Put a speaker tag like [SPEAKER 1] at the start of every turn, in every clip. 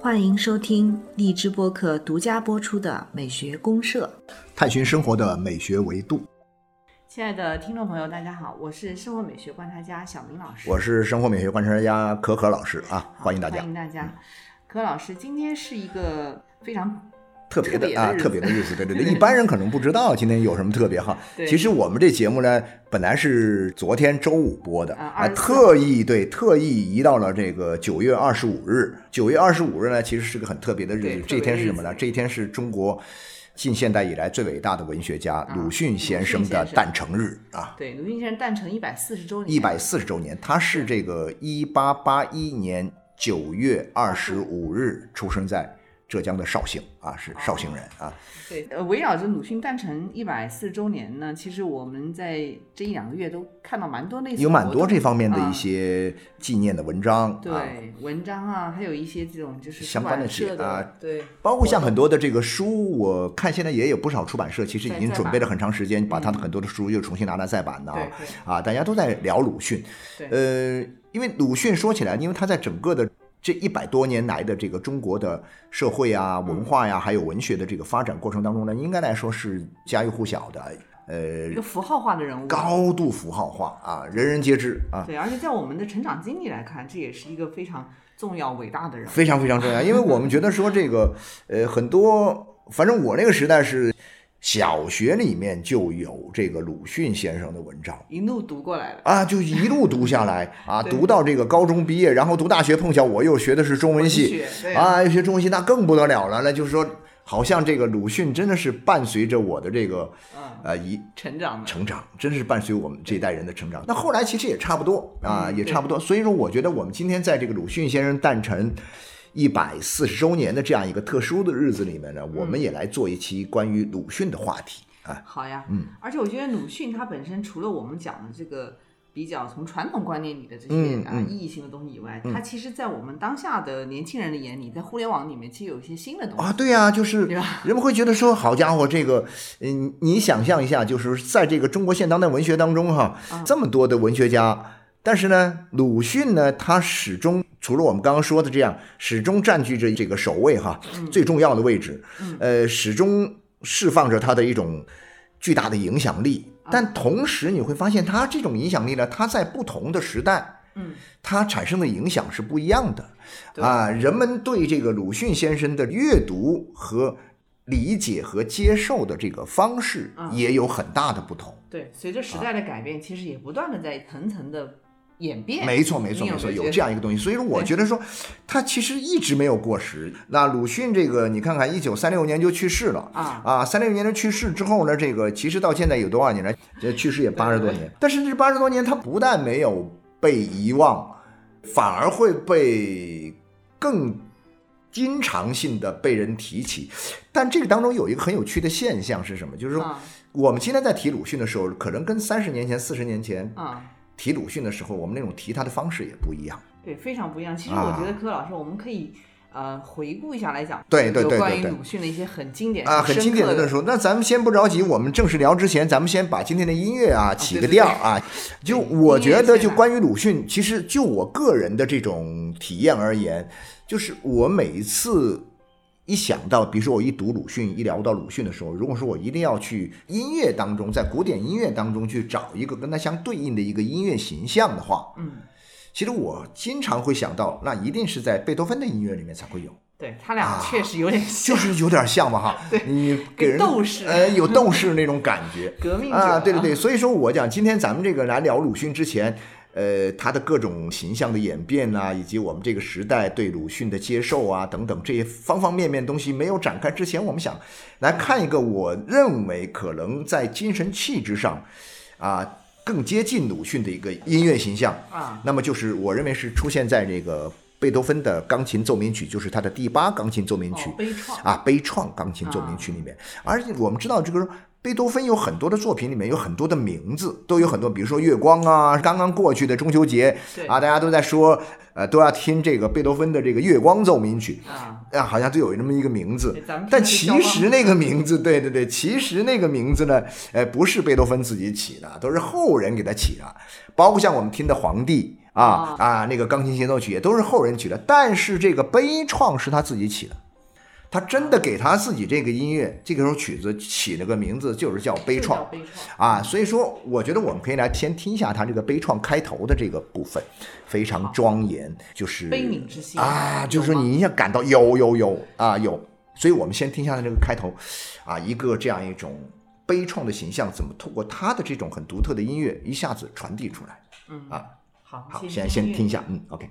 [SPEAKER 1] 欢迎收听荔枝播客独家播出的《美学公社
[SPEAKER 2] 探寻生活的美学维度。
[SPEAKER 1] 亲爱的听众朋友，大家好，我是生活美学观察家小明老师，
[SPEAKER 2] 我是生活美学观察家可可老师啊，欢迎大家嗯
[SPEAKER 1] 欢。迎大家。柯老师，今天是一个非常
[SPEAKER 2] 特别的啊，特
[SPEAKER 1] 特别
[SPEAKER 2] 别
[SPEAKER 1] 的
[SPEAKER 2] 的日子，对 对对，一般人可能不知道今天有什么特别哈。
[SPEAKER 1] 对
[SPEAKER 2] 其实我们这节目呢，本来是昨天周五播的
[SPEAKER 1] 啊24
[SPEAKER 2] 特意对特意移到了这个九月二十五日。九月二十五日呢，其实是个很特别的日
[SPEAKER 1] 对
[SPEAKER 2] 子，这一天是什么
[SPEAKER 1] 特别的日？
[SPEAKER 2] 呢
[SPEAKER 1] 子
[SPEAKER 2] 这一天是中国近现代以来最伟大的文学家
[SPEAKER 1] 啊
[SPEAKER 2] 鲁迅先生
[SPEAKER 1] 鲁迅先
[SPEAKER 2] 的
[SPEAKER 1] 生
[SPEAKER 2] 诞辰日啊。
[SPEAKER 1] 对鲁迅先生诞辰一百四十周年，
[SPEAKER 2] 一百四十周年，他是这个一八八一年九月二十五日出生在浙江的绍兴啊，是绍兴人啊。
[SPEAKER 1] 对，呃，围绕着鲁迅诞辰一百四十周年呢，其实我们在这一两个月都看到蛮多类似的
[SPEAKER 2] 有蛮
[SPEAKER 1] 活
[SPEAKER 2] 多
[SPEAKER 1] 动
[SPEAKER 2] 这方面的
[SPEAKER 1] 啊
[SPEAKER 2] 一些纪念的文章啊，
[SPEAKER 1] 对文章啊，还有一些这种就是
[SPEAKER 2] 相关的
[SPEAKER 1] 出版社
[SPEAKER 2] 写啊
[SPEAKER 1] 对
[SPEAKER 2] 包括像很多的这个书，我看现在也有不少出版社其实已经
[SPEAKER 1] 在嗯
[SPEAKER 2] 准备了很长时间，把他的很多的书又重新拿来再版的啊
[SPEAKER 1] 对对，
[SPEAKER 2] 啊，大家都在聊鲁迅，
[SPEAKER 1] 对
[SPEAKER 2] 呃，因为鲁迅说起来，因为他在整个的。这一百多年来的这个中国的社会啊、文化呀、还有文学的这个发展过程当中呢，应该来说是家喻户晓的，呃
[SPEAKER 1] 一，个符号化的人物。
[SPEAKER 2] 高度符号化啊，人人皆知啊。
[SPEAKER 1] 对，而且在我们的成长经历来看，这也是一个非常重要伟大的人物。
[SPEAKER 2] 非常非常重要，因为我们觉得说这个，呃，很多，反正我那个时代是小学里面就有这个鲁迅先生的文章。
[SPEAKER 1] 一路读过来了，
[SPEAKER 2] 啊，就一路读 下来啊，
[SPEAKER 1] 对
[SPEAKER 2] 读到这个高中毕业，然后读大学，碰巧我又学的是中文系，
[SPEAKER 1] 文学对
[SPEAKER 2] 啊，又学中文系，那更不得了了。那就是说，好像这个鲁迅真的是伴随着我的这个
[SPEAKER 1] 嗯，
[SPEAKER 2] 呃一
[SPEAKER 1] 成长的，
[SPEAKER 2] 成长，真是伴随我们这一代人的成长。那后来其实也差不多啊，
[SPEAKER 1] 嗯
[SPEAKER 2] 也差不多。所以说，我觉得我们今天在这个鲁迅先生诞辰一百四十周年的这样一个特殊的日子里面呢，我
[SPEAKER 1] 嗯
[SPEAKER 2] 们也来做一期关于鲁迅的话题啊。
[SPEAKER 1] 好呀，
[SPEAKER 2] 嗯，
[SPEAKER 1] 而且我觉得鲁迅他本身除了我们讲的这个比较从传统观念里的这些
[SPEAKER 2] 嗯
[SPEAKER 1] 啊
[SPEAKER 2] 嗯
[SPEAKER 1] 意义性的东西以外，他其实在我们当下的年轻人的眼里，在互联网里面其实有一些新的东
[SPEAKER 2] 啊，
[SPEAKER 1] 西。
[SPEAKER 2] 对呀、就是
[SPEAKER 1] 对吧
[SPEAKER 2] 人们会觉得说，好家伙，这个，嗯，你想象一下，就是在这个中国现当代文学当中哈，这么多的文学家，但是呢，鲁迅呢，他始终除了我们刚刚说的这样，始终占据着这个首位哈，
[SPEAKER 1] 嗯
[SPEAKER 2] 最重要的位置，呃，始终释放着他的一种巨大的影响力。但同时你会发现，他这种影响力呢，他在不同的时代，
[SPEAKER 1] 嗯，
[SPEAKER 2] 它产生的影响是不一样
[SPEAKER 1] 对
[SPEAKER 2] 的啊。人们对这个鲁迅先生的阅读和理解和接受的这个方式
[SPEAKER 1] 嗯
[SPEAKER 2] 也有很大的不同。
[SPEAKER 1] 对，随着时
[SPEAKER 2] 啊
[SPEAKER 1] 代的改变，其实也不断的在层层的演变。
[SPEAKER 2] 没错，没错，
[SPEAKER 1] 你有
[SPEAKER 2] 没错，
[SPEAKER 1] 没有
[SPEAKER 2] 有
[SPEAKER 1] 觉得
[SPEAKER 2] 这样一个东西。所以说，我觉得说，他其实一直没有过时。那鲁迅这个，你看看，一九三六年就去世了。
[SPEAKER 1] 啊，
[SPEAKER 2] 啊，三六年的去世之后呢，这个其实到现在有多少年了？这去世也八十多年，但是这八十多年，他不但没有被遗忘，反而会被更经常性的被人提起。但这个当中有一个很有趣的现象是什么？就是说
[SPEAKER 1] 啊，
[SPEAKER 2] 我们今天在提鲁迅的时候，可能跟三十年前、四十年前
[SPEAKER 1] 啊，
[SPEAKER 2] 提鲁迅的时候，我们那种提他的方式也不一样。
[SPEAKER 1] 对，非常不一样。其实
[SPEAKER 2] 啊
[SPEAKER 1] 我觉得柯老师，我们可以呃回顾一下来讲，
[SPEAKER 2] 对对对
[SPEAKER 1] 有关于
[SPEAKER 2] 对对
[SPEAKER 1] 鲁迅的一些很经典
[SPEAKER 2] 啊，很经典的
[SPEAKER 1] 深
[SPEAKER 2] 论
[SPEAKER 1] 刻
[SPEAKER 2] 述。那咱们先不着急，我们正式聊之前，咱们先把今天的音乐啊起
[SPEAKER 1] 对
[SPEAKER 2] 个
[SPEAKER 1] 对
[SPEAKER 2] 调儿啊。就
[SPEAKER 1] 对
[SPEAKER 2] 我
[SPEAKER 1] 音乐
[SPEAKER 2] 觉得，
[SPEAKER 1] 先
[SPEAKER 2] 就
[SPEAKER 1] 来
[SPEAKER 2] 关于鲁迅，其实就我个人的这种体验而言，就是我每一次。一想到，比如说我一读鲁迅，一聊到鲁迅的时候，如果说我一定要去音乐当中，在古典音乐当中去找一个跟它相对应的一个音乐形象的话，
[SPEAKER 1] 嗯，
[SPEAKER 2] 其实我经常会想到，那一定是在贝多芬的音乐里面才会有。
[SPEAKER 1] 对他俩
[SPEAKER 2] 啊
[SPEAKER 1] 确实有点像
[SPEAKER 2] 就是有点像嘛哈，你给人
[SPEAKER 1] 斗士嗯
[SPEAKER 2] 呃，有斗士那种感觉
[SPEAKER 1] 革命者
[SPEAKER 2] 啊，对对对，所以说我讲今天咱们这个来聊鲁迅之前。呃，他的各种形象的演变呐、以及我们这个时代对鲁迅的接受啊，等等这些方方面面东西没有展开之前，我们想来看一个我认为可能在精神气质上啊更接近鲁迅的一个音乐形象。
[SPEAKER 1] 啊，
[SPEAKER 2] 那么就是我认为是出现在这个贝多芬的钢琴奏鸣曲，就是他的第八钢琴奏鸣曲。
[SPEAKER 1] 哦，悲怆
[SPEAKER 2] 啊，悲怆钢琴奏鸣曲里面，而且我们知道这个贝多芬有很多的作品里面有很多的名字，都有很多，比如说月光啊，刚刚过去的中秋节
[SPEAKER 1] 对
[SPEAKER 2] 啊，大家都在说，呃，都要听这个贝多芬的这个月光奏鸣曲，
[SPEAKER 1] 啊，
[SPEAKER 2] 啊，好像都有那么一个名字
[SPEAKER 1] 对咱们。
[SPEAKER 2] 但
[SPEAKER 1] 听到
[SPEAKER 2] 其
[SPEAKER 1] 这
[SPEAKER 2] 实那个名字，对对对，其实那个名字呢，呃，不是贝多芬自己起的，都是后人给他起的。包括像我们听的《皇帝》
[SPEAKER 1] 哦
[SPEAKER 2] 啊、啊，那个钢琴协奏曲也都是后人起的，但是这个悲怆是他自己起的。他真的给他自己这个音乐这个首曲子起了个名字，就是叫悲怆
[SPEAKER 1] 这叫悲怆，
[SPEAKER 2] 啊。所以说，我觉得我们可以来先听一下他这个悲怆开头的这个部分，非常庄严，就是
[SPEAKER 1] 悲悯之心
[SPEAKER 2] 啊，就是
[SPEAKER 1] 有吗
[SPEAKER 2] 你一下感到有有有啊有，所以我们先听一下它这个开头，啊，一个这样一种悲怆的形象，怎么透过他的这种很独特的音乐一下子传递出来？
[SPEAKER 1] 嗯
[SPEAKER 2] 啊，
[SPEAKER 1] 好，
[SPEAKER 2] 好，
[SPEAKER 1] 谢谢
[SPEAKER 2] 现在先
[SPEAKER 1] 音乐
[SPEAKER 2] 听一下，嗯，OK。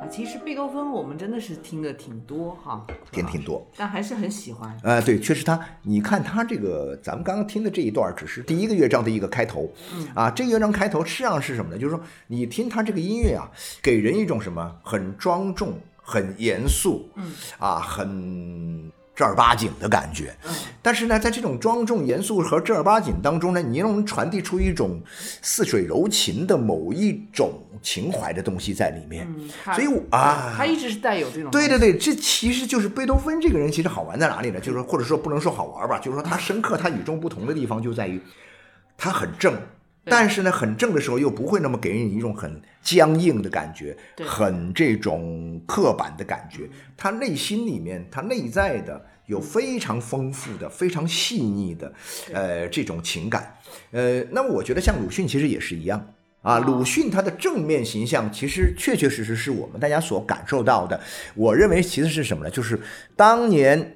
[SPEAKER 1] 啊，其实贝多芬我们真的是听的挺多 哈，啊
[SPEAKER 2] 点挺多，
[SPEAKER 1] 但还是很喜欢。
[SPEAKER 2] 呃，对，确实他，你看他这个，咱们刚刚听的这一段儿只是第一个乐章的一个开头，
[SPEAKER 1] 嗯
[SPEAKER 2] 啊，这个乐章开头实际上是什么呢？就是说你听他这个音乐啊，给人一种什么很庄重、很严肃，
[SPEAKER 1] 嗯，
[SPEAKER 2] 啊，很正儿八经的感觉。
[SPEAKER 1] 嗯，
[SPEAKER 2] 但是呢，在这种庄重、严肃和正儿八经当中呢，你又能传递出一种似水柔情的某一种情怀的东西在里面。
[SPEAKER 1] 嗯，他
[SPEAKER 2] 所以我啊
[SPEAKER 1] 他一直是带有这种
[SPEAKER 2] 对对对，这其实就是贝多芬这个人，其实好玩在哪里呢？就是说或者说不能说好玩吧，就是说他深刻、他与众不同的地方就在于，他很正，但是呢，很正的时候又不会那么给人一种很僵硬的感觉，
[SPEAKER 1] 对
[SPEAKER 2] 很这种刻板的感觉。他内心里面，他内在的有非常丰富的、非常细腻的，呃，这种情感。呃，那么我觉得像鲁迅其实也是一样。啊，鲁迅他的正面形象其实确确实实是我们大家所感受到的。我认为其实是什么呢？就是当年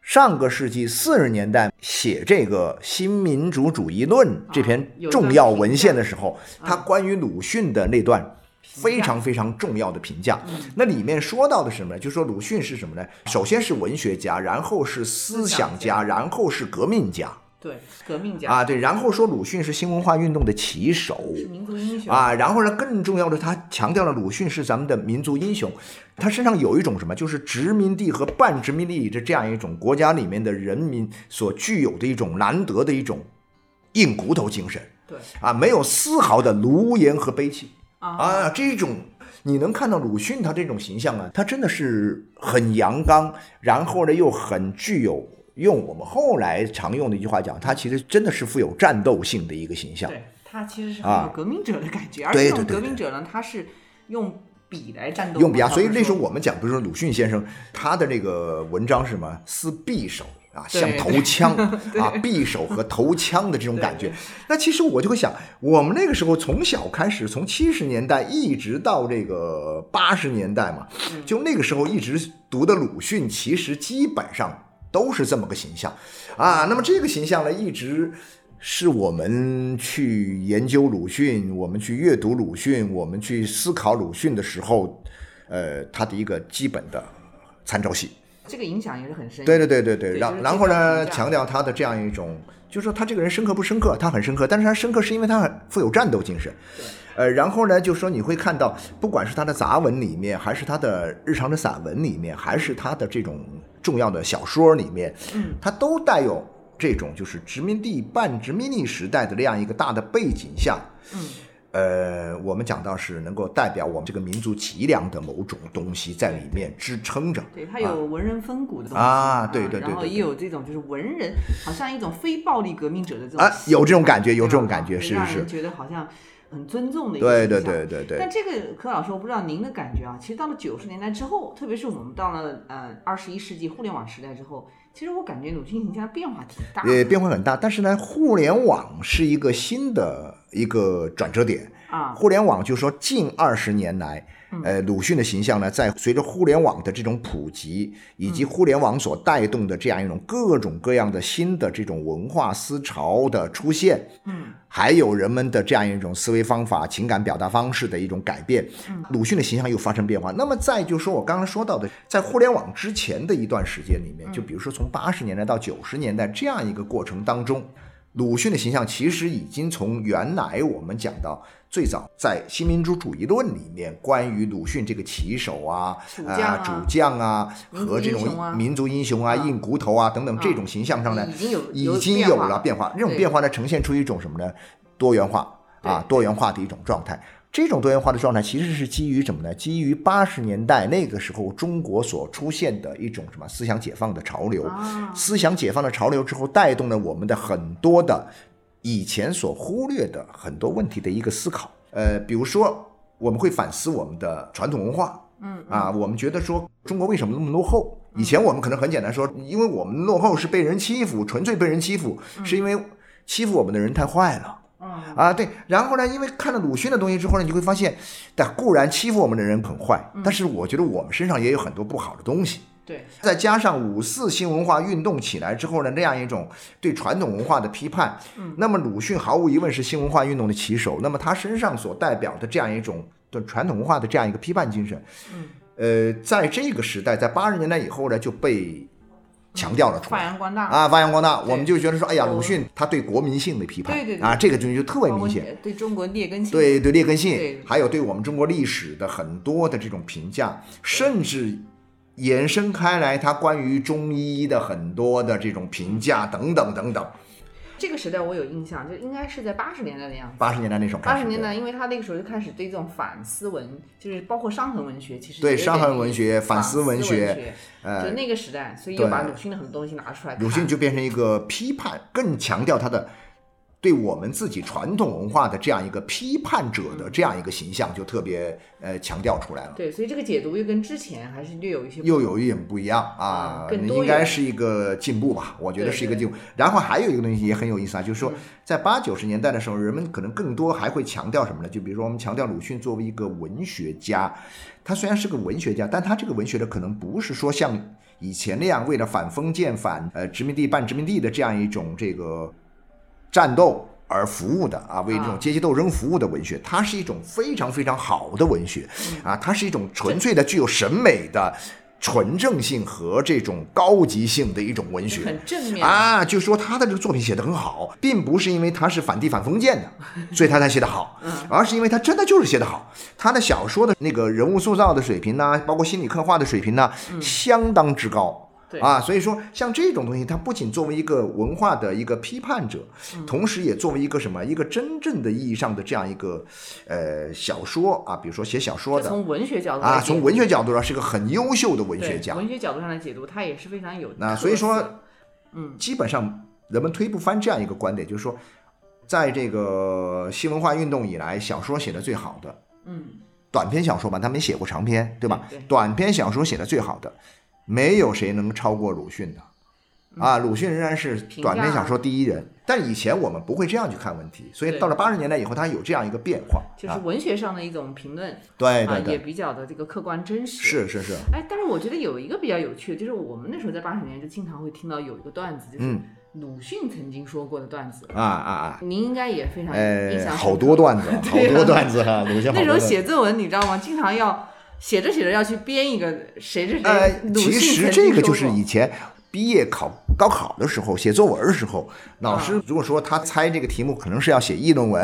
[SPEAKER 2] 上个世纪四十年代写这个《新民主主义论》这篇重要文献的时候，他关于鲁迅的那段。非常非常重要的评价，那里面说到的是什么呢？就说鲁迅是什么呢？首先是文学家，然后是思想家，然后是革命家。
[SPEAKER 1] 对，革命家
[SPEAKER 2] 啊，对，然后说鲁迅是新文化运动的旗手，
[SPEAKER 1] 是民族英雄，
[SPEAKER 2] 啊，然后呢，更重要的，他强调了鲁迅是咱们的民族英雄，他身上有一种什么，就是殖民地和半殖民地的这样一种国家里面的人民所具有的一种难得的一种硬骨头精神
[SPEAKER 1] 对
[SPEAKER 2] 啊，没有丝毫的卢颜和悲戚
[SPEAKER 1] 啊，
[SPEAKER 2] 啊，这种你能看到鲁迅他这种形象啊，他真的是很阳刚，然后呢又很具有。用我们后来常用的一句话讲，他其实真的是富有战斗性的一个形象。
[SPEAKER 1] 对他其实是很有革命者的感觉，而
[SPEAKER 2] 对
[SPEAKER 1] 且
[SPEAKER 2] 啊对
[SPEAKER 1] 这种
[SPEAKER 2] 对
[SPEAKER 1] 革
[SPEAKER 2] 对
[SPEAKER 1] 命者呢，他是用笔来战斗嘛，
[SPEAKER 2] 用笔啊，
[SPEAKER 1] 他
[SPEAKER 2] 所以
[SPEAKER 1] 不
[SPEAKER 2] 那
[SPEAKER 1] 是
[SPEAKER 2] 时候
[SPEAKER 1] 说
[SPEAKER 2] 我们讲，比如说鲁迅先生，他的这个文章是什么？似匕首啊，
[SPEAKER 1] 对
[SPEAKER 2] 像头枪啊，匕首和头枪的这种感觉
[SPEAKER 1] 对。
[SPEAKER 2] 那其实我就会想，我们那个时候从小开始，从七十年代一直到这个八十年代嘛，就那个时候一直读的鲁迅，其实基本上都是这么个形象啊。那么这个形象呢，一直。是我们去研究鲁迅，我们去阅读鲁迅，我们去思考鲁迅的时候，呃，他的一个基本的参照系。
[SPEAKER 1] 这个影响也是很深，
[SPEAKER 2] 对对对对对，
[SPEAKER 1] 对就
[SPEAKER 2] 然
[SPEAKER 1] 是
[SPEAKER 2] 然后
[SPEAKER 1] 这
[SPEAKER 2] 呢，
[SPEAKER 1] 种
[SPEAKER 2] 强调他的这样一种，就是说他这个人深刻不深刻，他很深刻，但是他深刻是因为他很富有战斗精神。呃，然后呢，就说你会看到，不管是他的杂文里面，还是他的日常的散文里面，还是他的这种重要的小说里面，
[SPEAKER 1] 嗯，
[SPEAKER 2] 它都带有这种就是殖民地半殖民地时代的那样一个大的背景下，
[SPEAKER 1] 嗯，
[SPEAKER 2] 呃，我们讲到是能够代表我们这个民族脊梁的某种东西在里面支撑着。
[SPEAKER 1] 对，它有文人风骨的东西
[SPEAKER 2] 啊对对对
[SPEAKER 1] 然后
[SPEAKER 2] 对对
[SPEAKER 1] 也有这种就是文人，好像一种非暴力革命者的这种
[SPEAKER 2] 啊，有这种感觉，
[SPEAKER 1] 对吧
[SPEAKER 2] 有这种感觉，
[SPEAKER 1] 啊
[SPEAKER 2] 是
[SPEAKER 1] 让
[SPEAKER 2] 是
[SPEAKER 1] 人
[SPEAKER 2] 是，
[SPEAKER 1] 觉得好像很尊重的一个
[SPEAKER 2] 对
[SPEAKER 1] 形
[SPEAKER 2] 对
[SPEAKER 1] 象。
[SPEAKER 2] 对对对
[SPEAKER 1] 但，这个柯老师，我不知道您的感觉啊。其实到了九十年代之后，特别是我们到了呃二十一世纪互联网时代之后，其实我感觉鲁迅形象变化挺大
[SPEAKER 2] 也
[SPEAKER 1] 的
[SPEAKER 2] 变化很大。但是呢，互联网是一个新的一个转折点。
[SPEAKER 1] 啊。嗯
[SPEAKER 2] 互联网就说近二十年来，呃，鲁迅的形象呢，在随着互联网的这种普及，以及互联网所带动的这样一种各种各样的新的这种文化思潮的出现，
[SPEAKER 1] 嗯，
[SPEAKER 2] 还有人们的这样一种思维方法、情感表达方式的一种改变，
[SPEAKER 1] 嗯
[SPEAKER 2] 鲁迅的形象又发生变化。那么再就是说我刚刚说到的，在互联网之前的一段时间里
[SPEAKER 1] 嗯
[SPEAKER 2] 面，就比如说从八十年代到九十年代这样一个过程当中，鲁迅的形象其实已经从原来我们讲到最早在新民主主义论里面关于鲁迅这个旗手啊、
[SPEAKER 1] 主
[SPEAKER 2] 啊、
[SPEAKER 1] 将啊
[SPEAKER 2] 主将啊
[SPEAKER 1] 民族
[SPEAKER 2] 和这种
[SPEAKER 1] 英雄啊
[SPEAKER 2] 民族英雄啊、
[SPEAKER 1] 啊
[SPEAKER 2] 硬骨头啊等等这种形象上呢，
[SPEAKER 1] 已经有
[SPEAKER 2] 已经有
[SPEAKER 1] 变化
[SPEAKER 2] 了变化。这种
[SPEAKER 1] 对
[SPEAKER 2] 变化呢，呈现出一种什么呢？多元化啊，多元化的一种状态。这种多元化的状态其实是基于什么呢？基于八十年代那个时候中国所出现的一种什么思想解放的潮流。
[SPEAKER 1] 啊，
[SPEAKER 2] 思想解放的潮流之后，带动了我们的很多的以前所忽略的很多问题的一个思考。呃，比如说我们会反思我们的传统文化，
[SPEAKER 1] 嗯
[SPEAKER 2] 啊，我们觉得说中国为什么那么落后？以前我们可能很简单说，因为我们落后是被人欺负，纯粹被人欺负，是因为欺负我们的人太坏了。
[SPEAKER 1] 嗯
[SPEAKER 2] 啊，对，然后呢，因为看了鲁迅的东西之后呢，你就会发现，但固然欺负我们的人很坏，但是我觉得我们身上也有很多不好的东西。
[SPEAKER 1] 对，
[SPEAKER 2] 再加上五四新文化运动起来之后呢，那样一种对传统文化的批判，
[SPEAKER 1] 嗯
[SPEAKER 2] 那么鲁迅毫无疑问是新文化运动的旗手，那么他身上所代表的这样一种对传统文化的这样一个批判精神，
[SPEAKER 1] 嗯
[SPEAKER 2] 呃，在这个时代，在八十年代以后呢，就被强调了出
[SPEAKER 1] 发
[SPEAKER 2] 来。
[SPEAKER 1] 扬光大，
[SPEAKER 2] 啊，发扬光大，
[SPEAKER 1] 嗯对
[SPEAKER 2] 我们就觉得说，哎呀，
[SPEAKER 1] 我
[SPEAKER 2] 鲁迅他对国民性的批判，
[SPEAKER 1] 对对哦对
[SPEAKER 2] 啊，这个东西就特别
[SPEAKER 1] 包括
[SPEAKER 2] 明显。
[SPEAKER 1] 对中国劣根性，
[SPEAKER 2] 对对劣根
[SPEAKER 1] 嗯
[SPEAKER 2] 性
[SPEAKER 1] 对，
[SPEAKER 2] 还有对我们中国历史的很多的这种评价，甚至延伸开来，他关于中医的很多的这种评价等等等等。
[SPEAKER 1] 这个时代我有印象，就应该是在八十年代的样子。
[SPEAKER 2] 八十年代那种开
[SPEAKER 1] 八
[SPEAKER 2] 始
[SPEAKER 1] 十
[SPEAKER 2] 的
[SPEAKER 1] 年代，因为他那个时候就开始对这种反思文，就是包括伤痕文学，其实
[SPEAKER 2] 对
[SPEAKER 1] 也有
[SPEAKER 2] 伤痕
[SPEAKER 1] 点
[SPEAKER 2] 文学、反
[SPEAKER 1] 反
[SPEAKER 2] 思文
[SPEAKER 1] 文
[SPEAKER 2] 学，，
[SPEAKER 1] 就
[SPEAKER 2] 呃，
[SPEAKER 1] 那个时代，所以又
[SPEAKER 2] 对
[SPEAKER 1] 把鲁迅的很多东西拿出来看。
[SPEAKER 2] 鲁迅就变成一个批判，更强调他的。对我们自己传统文化的这样一个批判者的这样一个形象，就特别呃强调出来了。
[SPEAKER 1] 对，所以这个解读又跟之前还是略有一些不
[SPEAKER 2] 又有一点不一样啊
[SPEAKER 1] 嗯，更多
[SPEAKER 2] 应该
[SPEAKER 1] 元
[SPEAKER 2] 是一个进步吧，我觉得
[SPEAKER 1] 对
[SPEAKER 2] 是一个
[SPEAKER 1] 对嗯
[SPEAKER 2] 进步。然后还有一个东西也很有意思啊，就是说在八九十年代的时候，人们可能更多还会强调什么呢？就比如说我们强调鲁迅作为一个文学家，他虽然是个文学家，但他这个文学的可能不是说像以前那样为了反封建、反呃殖民地、半殖民地的这样一种这个战斗。而服务的啊，为这种
[SPEAKER 1] 啊
[SPEAKER 2] 阶级斗争服务的文学，它是一种非常非常好的文学啊，它是一种纯粹的具有审美的纯正性和这种高级性的一种文学，
[SPEAKER 1] 很正面。
[SPEAKER 2] 啊，就说他的这个作品写得很好，并不是因为他是反帝反封建 的，所以他才写得好，而是因为他真的就是写得好。他的小说的那个人物塑造的水平呐、包括心理刻画的水平呐、相当之高。
[SPEAKER 1] 对
[SPEAKER 2] 啊，所以说像这种东西，它不仅作为一个文化的一个批判者，同时也作为一个什么一个真正的意义上的这样一个呃小说啊，比如说写小说
[SPEAKER 1] 就
[SPEAKER 2] 的
[SPEAKER 1] 从文学角度来
[SPEAKER 2] 啊，
[SPEAKER 1] 解
[SPEAKER 2] 从
[SPEAKER 1] 读
[SPEAKER 2] 文学角度上是个很优秀的文学
[SPEAKER 1] 对
[SPEAKER 2] 家。
[SPEAKER 1] 文学角度上来解读，它也是非常有
[SPEAKER 2] 那
[SPEAKER 1] 特
[SPEAKER 2] 所以说
[SPEAKER 1] 色嗯
[SPEAKER 2] 基本上人们推不翻这样一个观点，就是说，在这个新文化运动以来，小说写的最好的
[SPEAKER 1] 嗯，
[SPEAKER 2] 短篇小说吧，他没写过长篇，对吧？
[SPEAKER 1] 对对
[SPEAKER 2] 短篇小说写的最好的，没有谁能超过鲁迅的。
[SPEAKER 1] 嗯
[SPEAKER 2] 啊，鲁迅仍然是
[SPEAKER 1] 评价
[SPEAKER 2] 短篇小说第一人，但以前我们不会这样去看问题，所以
[SPEAKER 1] 对
[SPEAKER 2] 到了八十年代以后，它有这样一个变化
[SPEAKER 1] 就是
[SPEAKER 2] 啊，
[SPEAKER 1] 文学上的一种评论
[SPEAKER 2] 对
[SPEAKER 1] 啊，
[SPEAKER 2] 对
[SPEAKER 1] 也
[SPEAKER 2] 对，
[SPEAKER 1] 比较的这个客观真实。
[SPEAKER 2] 是是是，
[SPEAKER 1] 哎，但是我觉得有一个比较有趣的，就是我们那时候在八十年就经常会听到有一个段子，就是
[SPEAKER 2] 嗯
[SPEAKER 1] 鲁迅曾经说过的段子，
[SPEAKER 2] 啊啊啊，
[SPEAKER 1] 您应该也非常印
[SPEAKER 2] 呃，
[SPEAKER 1] 象
[SPEAKER 2] 好
[SPEAKER 1] 深
[SPEAKER 2] 多
[SPEAKER 1] 刻。
[SPEAKER 2] 段子啊，好
[SPEAKER 1] 对啊
[SPEAKER 2] 多段子哈，鲁迅好
[SPEAKER 1] 那
[SPEAKER 2] 多
[SPEAKER 1] 时候
[SPEAKER 2] 段子。
[SPEAKER 1] 写作文，你知道吗？经常要写着写着要去编一个谁是
[SPEAKER 2] 呃
[SPEAKER 1] 谁。，鲁
[SPEAKER 2] 其
[SPEAKER 1] 迅
[SPEAKER 2] 实
[SPEAKER 1] 曾
[SPEAKER 2] 这
[SPEAKER 1] 经
[SPEAKER 2] 个就
[SPEAKER 1] 说
[SPEAKER 2] 是
[SPEAKER 1] 过
[SPEAKER 2] 以前毕业考高考的时候写作文的时候，老
[SPEAKER 1] 啊
[SPEAKER 2] 师如果说他猜这个题目可能是要写议论文，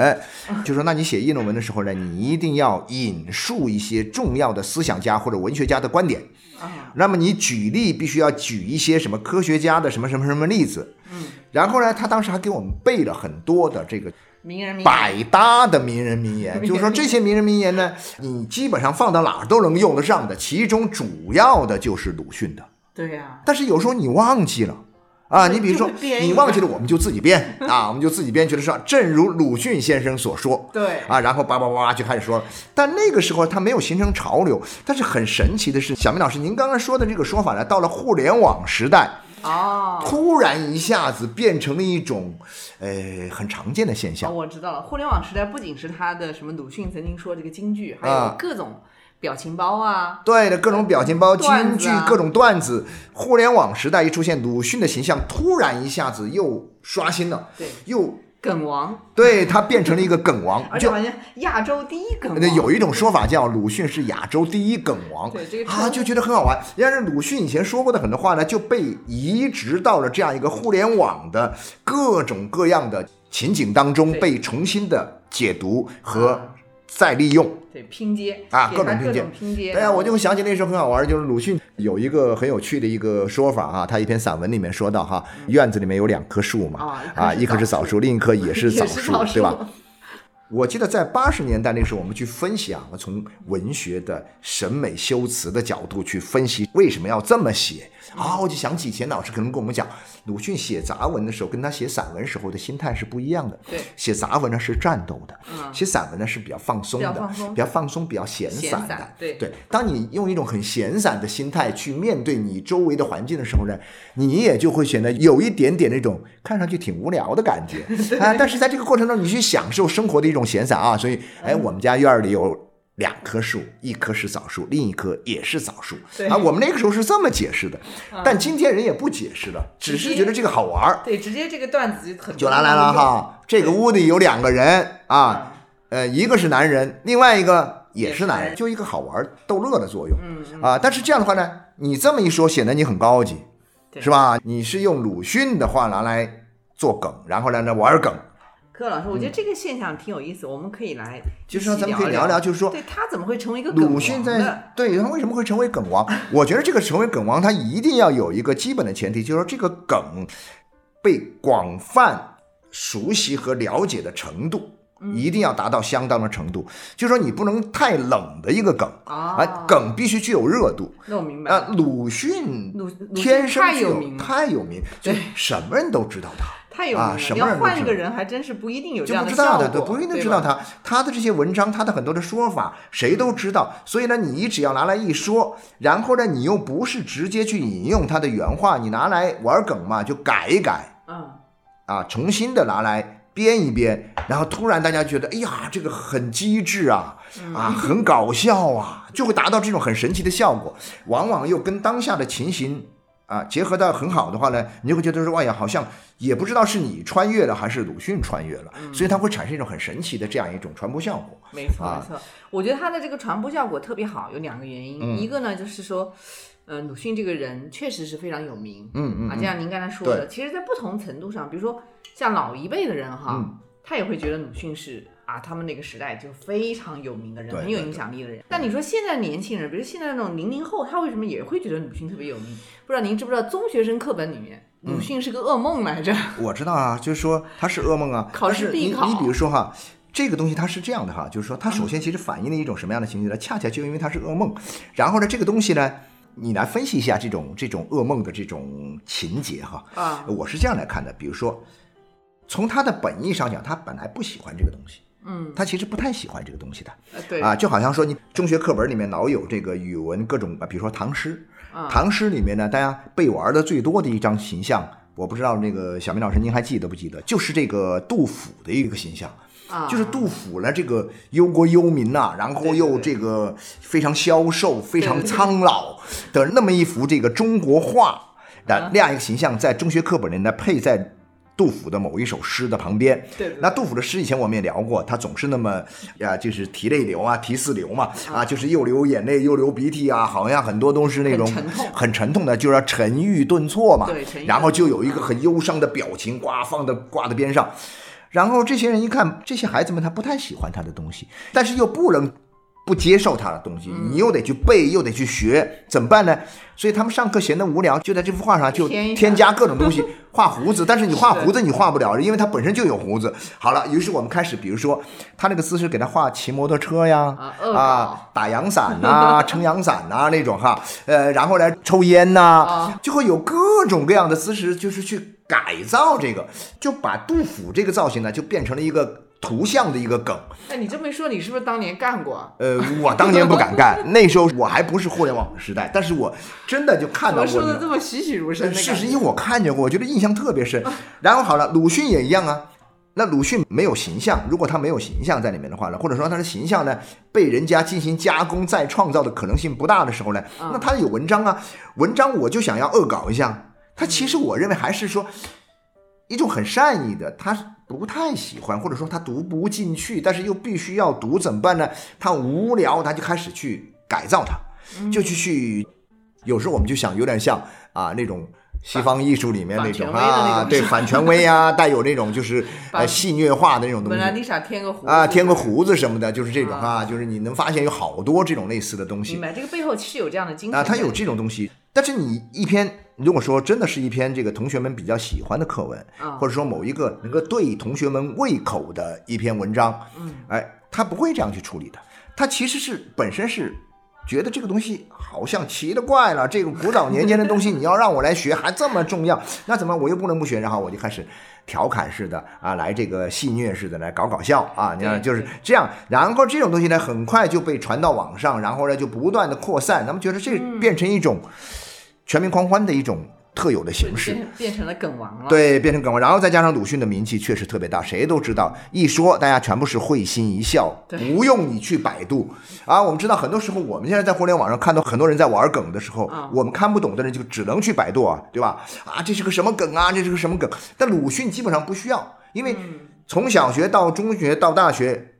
[SPEAKER 1] 啊
[SPEAKER 2] 就说那你写议论文的时候呢，你一定要引述一些重要的思想家或者文学家的观点。
[SPEAKER 1] 啊，
[SPEAKER 2] 那么你举例必须要举一些什么科学家的什么什么什么例子。
[SPEAKER 1] 嗯，
[SPEAKER 2] 然后呢，他当时还给我们背了很多的这个
[SPEAKER 1] 名人名言，
[SPEAKER 2] 百搭的名人名言，
[SPEAKER 1] 名人
[SPEAKER 2] 就是说这些名人名言呢，你基本上放到哪儿都能用得上的，其中主要的就是鲁迅的。
[SPEAKER 1] 对啊呀、
[SPEAKER 2] 但是有时候你忘记了啊，
[SPEAKER 1] 对
[SPEAKER 2] 你比如说
[SPEAKER 1] 就会编一个
[SPEAKER 2] 你忘记了，我们就自己编啊，我们就自己编，觉得说正如鲁迅先生所说。
[SPEAKER 1] 对，
[SPEAKER 2] 啊，然后叭叭叭叭就开始说了，但那个时候它没有形成潮流，但是很神奇的是，小明老师，您刚刚说的这个说法呢，到了互联网时代，
[SPEAKER 1] 哦。
[SPEAKER 2] 突然一下子变成了一种，呃，很常见的现
[SPEAKER 1] 哦，
[SPEAKER 2] 象。
[SPEAKER 1] 我知道了。互联网时代不仅是他的什么鲁迅曾经说这个京剧，还
[SPEAKER 2] 啊
[SPEAKER 1] 有各种表情包啊，
[SPEAKER 2] 对的，各种表情包、京
[SPEAKER 1] 段
[SPEAKER 2] 剧
[SPEAKER 1] 子啊、
[SPEAKER 2] 各种段子，互联网时代一出现，鲁迅的形象突然一下子又刷新了，
[SPEAKER 1] 对，
[SPEAKER 2] 又
[SPEAKER 1] 梗王，
[SPEAKER 2] 对他变成了一个梗王，
[SPEAKER 1] 而且
[SPEAKER 2] 就
[SPEAKER 1] 好像亚洲第一梗
[SPEAKER 2] 那
[SPEAKER 1] 王，
[SPEAKER 2] 有一种说法叫鲁迅是亚洲第一梗王，
[SPEAKER 1] 对这个
[SPEAKER 2] 啊，
[SPEAKER 1] 称
[SPEAKER 2] 就觉得很好玩。人家是鲁迅以前说过的很多话呢，就被移植到了这样一个互联网的各种各样的情景当中，
[SPEAKER 1] 对啊
[SPEAKER 2] 被重新的解读和再利用。
[SPEAKER 1] 对拼接
[SPEAKER 2] 啊
[SPEAKER 1] 给
[SPEAKER 2] 各
[SPEAKER 1] 他
[SPEAKER 2] 种拼
[SPEAKER 1] 各
[SPEAKER 2] 接
[SPEAKER 1] 种拼接。
[SPEAKER 2] 对呀、啊我就会想起那时候很好玩，就是鲁迅有一个很有趣的一个说法哈、他一篇散文里面说到哈、院子里面有两棵树嘛，
[SPEAKER 1] 嗯啊
[SPEAKER 2] 啊，一
[SPEAKER 1] 一棵
[SPEAKER 2] 棵
[SPEAKER 1] 是
[SPEAKER 2] 是
[SPEAKER 1] 枣
[SPEAKER 2] 枣树，另一棵也是 枣
[SPEAKER 1] 也是
[SPEAKER 2] 树
[SPEAKER 1] 枣，
[SPEAKER 2] 对吧？？我记得在八十年代那时候，我们去分析啊，从文学的审美修辞的角度去分析为什么要这么写啊，我就想起以前老师可能跟我们讲，鲁迅写杂文的时候跟他写散文时候的心态是不一样的。
[SPEAKER 1] 对
[SPEAKER 2] 写杂文呢是战斗的，
[SPEAKER 1] 嗯
[SPEAKER 2] 写散文呢是比较放松的，
[SPEAKER 1] 比较放松
[SPEAKER 2] 比较放松，比较闲散
[SPEAKER 1] 闲
[SPEAKER 2] 的
[SPEAKER 1] 散。对
[SPEAKER 2] 当你用一种很闲散的心态去面对你周围的环境的时候呢，你也就会显得有一点点那种看上去挺无聊的感觉啊。但是在这个过程中，你去享受生活的一种闲散啊。所以，哎，我们家院儿里有。两棵树，一棵是枣树，另一棵也是枣树
[SPEAKER 1] 对
[SPEAKER 2] 啊。我们那个时候是这么解释的，但今天人也不解释了，只是觉得这个好玩儿，
[SPEAKER 1] 对，直接这个段子就很
[SPEAKER 2] 就拿来了哈。这个屋里有两个人啊，
[SPEAKER 1] 啊，
[SPEAKER 2] 呃，一个是男人，另外一个也是男
[SPEAKER 1] 也是男
[SPEAKER 2] 人，
[SPEAKER 1] 人
[SPEAKER 2] 就一个好玩逗乐的作用
[SPEAKER 1] 嗯，
[SPEAKER 2] 啊。但是这样的话呢，你这么一说，显得你很高级，
[SPEAKER 1] 对
[SPEAKER 2] 是吧？你是用鲁迅的话拿来做梗，然后呢来玩梗，
[SPEAKER 1] 柯老师，我觉得这个现象挺有意思，我们可以来
[SPEAKER 2] 就是
[SPEAKER 1] 一
[SPEAKER 2] 说
[SPEAKER 1] 起
[SPEAKER 2] 咱们可以
[SPEAKER 1] 聊
[SPEAKER 2] 聊聊，，就是说
[SPEAKER 1] 对他怎么会成为一个梗
[SPEAKER 2] 鲁
[SPEAKER 1] 王
[SPEAKER 2] 迅
[SPEAKER 1] 呢
[SPEAKER 2] 在对他为什么会成为梗王？我觉得这个成为梗王，他一定要有一个基本的前提，就是说这个梗被广泛熟悉和了解的程度。
[SPEAKER 1] 嗯
[SPEAKER 2] 一定要达到相当的程度，就是说你不能太冷的一个梗
[SPEAKER 1] 啊
[SPEAKER 2] 啊，，梗必须具有热度。
[SPEAKER 1] 那我明白
[SPEAKER 2] 啊，
[SPEAKER 1] 了，
[SPEAKER 2] 鲁迅
[SPEAKER 1] 鲁鲁迅
[SPEAKER 2] 天生
[SPEAKER 1] 太
[SPEAKER 2] 具
[SPEAKER 1] 有
[SPEAKER 2] 有
[SPEAKER 1] 名了
[SPEAKER 2] 太有名，就
[SPEAKER 1] 对
[SPEAKER 2] 什么人都知道他。
[SPEAKER 1] 太有
[SPEAKER 2] 啊
[SPEAKER 1] 名了，
[SPEAKER 2] 什
[SPEAKER 1] 你
[SPEAKER 2] 么
[SPEAKER 1] 要
[SPEAKER 2] 人都
[SPEAKER 1] 换一
[SPEAKER 2] 知
[SPEAKER 1] 个
[SPEAKER 2] 道
[SPEAKER 1] 人，还真是不一定有这
[SPEAKER 2] 就
[SPEAKER 1] 样
[SPEAKER 2] 不知
[SPEAKER 1] 效
[SPEAKER 2] 道
[SPEAKER 1] 果，
[SPEAKER 2] 的，对，不一定知道
[SPEAKER 1] 吧。
[SPEAKER 2] 他他的这些文章，他的很多的说法，谁都知道。所以呢，你只要拿来一说，然后呢，你又不是直接去引用他的原话，你拿来玩梗嘛，就改一改
[SPEAKER 1] 嗯，
[SPEAKER 2] 啊，重新的拿来编一编，然后突然大家觉得，哎呀，这个很机智啊，啊，很搞笑啊，就会达到这种很神奇的效果，往往又跟当下的情形。啊，结合到很好的话呢，你就会觉得说，哎呀，好像也不知道是你穿越了还是鲁迅穿越了，所以它会产生一种很神奇的这样一种传播效果。
[SPEAKER 1] 没错
[SPEAKER 2] 啊嗯
[SPEAKER 1] 没错，我觉得它的这个传播效果特别好，有两个原因，一个呢就是说，呃，鲁迅这个人确实是非常有名，
[SPEAKER 2] 嗯嗯
[SPEAKER 1] 啊，就
[SPEAKER 2] 嗯，
[SPEAKER 1] 像您刚才说的，其实，在不同程度上，比如说像老一辈的人哈，
[SPEAKER 2] 嗯
[SPEAKER 1] 他也会觉得鲁迅是啊，他们那个时代就非常有名的人，
[SPEAKER 2] 对
[SPEAKER 1] 很有
[SPEAKER 2] 对
[SPEAKER 1] 影响力的人。但你说现在年轻人，比如现在那种零零后，他为什么也会觉得鲁迅特别有名？不知道您知不知道，中学生课本里面，
[SPEAKER 2] 嗯
[SPEAKER 1] 鲁迅是个噩梦来 着。
[SPEAKER 2] 我知道啊，就是说他是噩梦啊，
[SPEAKER 1] 考试
[SPEAKER 2] 但是
[SPEAKER 1] 必
[SPEAKER 2] 你
[SPEAKER 1] 考
[SPEAKER 2] 你比如说哈。这个东西它是这样的哈，就是说它首先其实反映了一种什么样的情绪呢？恰恰就因为它是噩梦，然后呢，这个东西呢，你来分析一下这种这种噩梦的这种情节哈。
[SPEAKER 1] 啊，
[SPEAKER 2] 我是这样来看的，比如说，从他的本意上讲，他本来不喜欢这个东西，
[SPEAKER 1] 嗯，
[SPEAKER 2] 他其实不太喜欢这个东西的
[SPEAKER 1] 呃对
[SPEAKER 2] 啊，就好像说你中学课本里面老有这个语文各种啊，比如说唐诗，
[SPEAKER 1] 啊
[SPEAKER 2] 唐诗里面呢，大家背玩的最多的一张形象，我不知道那个小明老师您还记得不记得，就是这个杜甫的一个形象。
[SPEAKER 1] 啊，
[SPEAKER 2] 就是杜甫呢，这个忧国忧民呐、然
[SPEAKER 1] 对
[SPEAKER 2] 后
[SPEAKER 1] 对
[SPEAKER 2] 又
[SPEAKER 1] 对
[SPEAKER 2] 这个非常消瘦、非常
[SPEAKER 1] 对对对啊
[SPEAKER 2] 苍老的那么一幅这个中国画的那样一个形象，在中学课本里呢配在杜甫的某一首诗的旁边。
[SPEAKER 1] 对对
[SPEAKER 2] 那杜甫的诗以前我们也聊过，他总是那么啊，就是提泪流啊，提四流嘛，啊，就是又流眼泪又流鼻涕啊，好像很多都是那种
[SPEAKER 1] 很沉痛
[SPEAKER 2] 很沉痛的，就要沉郁顿挫嘛
[SPEAKER 1] 对沉郁。
[SPEAKER 2] 然后就有一
[SPEAKER 1] 顿
[SPEAKER 2] 个很忧伤的表情，挂放的挂在边上。然后这些人一看，这些孩子们他不太喜欢他的东西，但是又不能不接受他的东西，
[SPEAKER 1] 嗯
[SPEAKER 2] 你又得去背，又得去学，怎么办呢？所以他们上课闲得无聊，就在这幅画上就
[SPEAKER 1] 添一下
[SPEAKER 2] 添加各种 东西，画胡子。但是你画胡子你画不了，因为他本身就有胡子。好了，于是我们开始，比如说他那个姿势给他画骑摩托车呀
[SPEAKER 1] 啊，恶搞
[SPEAKER 2] 啊，打阳伞呐、撑阳伞呐、那种哈，呃，然后来抽烟呐、
[SPEAKER 1] 啊
[SPEAKER 2] 就会有各种各样的姿势，就是去改造这个，就把杜甫这个造型呢，就变成了一个图像的一个梗。
[SPEAKER 1] 哎，你这么一说，你是不是当年干过？啊
[SPEAKER 2] 呃，我当年不敢 干，那时候我还不是互联网时代，但是我真的就看
[SPEAKER 1] 怎
[SPEAKER 2] 到
[SPEAKER 1] 么说
[SPEAKER 2] 过那
[SPEAKER 1] 的
[SPEAKER 2] 种
[SPEAKER 1] 这么栩栩如生的感觉？
[SPEAKER 2] 是是因为我看见过，我觉得印象特别深。然后好了，鲁迅也一样啊。那鲁迅没有形象，如果他没有形象在里面的话呢，或者说他的形象呢被人家进行加工再创造的可能性不大的时候呢，
[SPEAKER 1] 嗯
[SPEAKER 2] 那他有文章啊，文章我就想要恶搞一下。他其实我认为还是说一种很善意的，他不太喜欢，或者说他读不进去，但是又必须要读，怎么办呢？他无聊，他就开始去改造
[SPEAKER 1] 嗯
[SPEAKER 2] 它，就去去，有时候我们就想有点像啊那种。西方艺术里面那种
[SPEAKER 1] 反权威的那
[SPEAKER 2] 啊，
[SPEAKER 1] 种
[SPEAKER 2] 对
[SPEAKER 1] 是吧
[SPEAKER 2] 反权 威啊，带有那种就是
[SPEAKER 1] 把
[SPEAKER 2] 呃戏谑化的那种东
[SPEAKER 1] 本
[SPEAKER 2] 西
[SPEAKER 1] 来你想添个胡
[SPEAKER 2] 啊，
[SPEAKER 1] 子
[SPEAKER 2] 添个胡子什么的，就是这种
[SPEAKER 1] 啊
[SPEAKER 2] 啊，就是你能发现有好多这种类似的东西
[SPEAKER 1] 明。白，这个背后是有这样的精神
[SPEAKER 2] 啊，它
[SPEAKER 1] 在
[SPEAKER 2] 有这种东西。但是你一篇，如果说真的是一篇这个同学们比较喜欢的课文，
[SPEAKER 1] 嗯
[SPEAKER 2] 或者说某一个能够对同学们胃口的一篇文章，
[SPEAKER 1] 嗯，
[SPEAKER 2] 哎，他不会这样去处理的。他其实是本身是觉得这个东西好像奇了怪了，这个古早年间的东西你要让我来学还这么重要，那怎么我又不能不学？然后我就开始调侃似的啊，来这个戏谑似的来搞搞笑啊，你
[SPEAKER 1] 对
[SPEAKER 2] 看就是
[SPEAKER 1] 对
[SPEAKER 2] 这样。然后这种东西呢，很快就被传到网上，然后呢就不断的扩散，咱们觉得这
[SPEAKER 1] 嗯
[SPEAKER 2] 变成一种全民狂欢的一种特有的形式。
[SPEAKER 1] 变变成了梗王了。
[SPEAKER 2] 对，变成梗王，然后再加上鲁迅的名气确实特别大，谁都知道，一说大家全部是会心一笑，
[SPEAKER 1] 对
[SPEAKER 2] 不用你去百度啊。我们知道，很多时候我们现在在互联网上看到很多人在玩梗的时候，
[SPEAKER 1] 啊
[SPEAKER 2] 我们看不懂的人就只能去百度啊，对吧？啊，这是个什么梗啊？这是个什么梗？但鲁迅基本上不需要，因为
[SPEAKER 1] 嗯
[SPEAKER 2] 从小学到中学到大学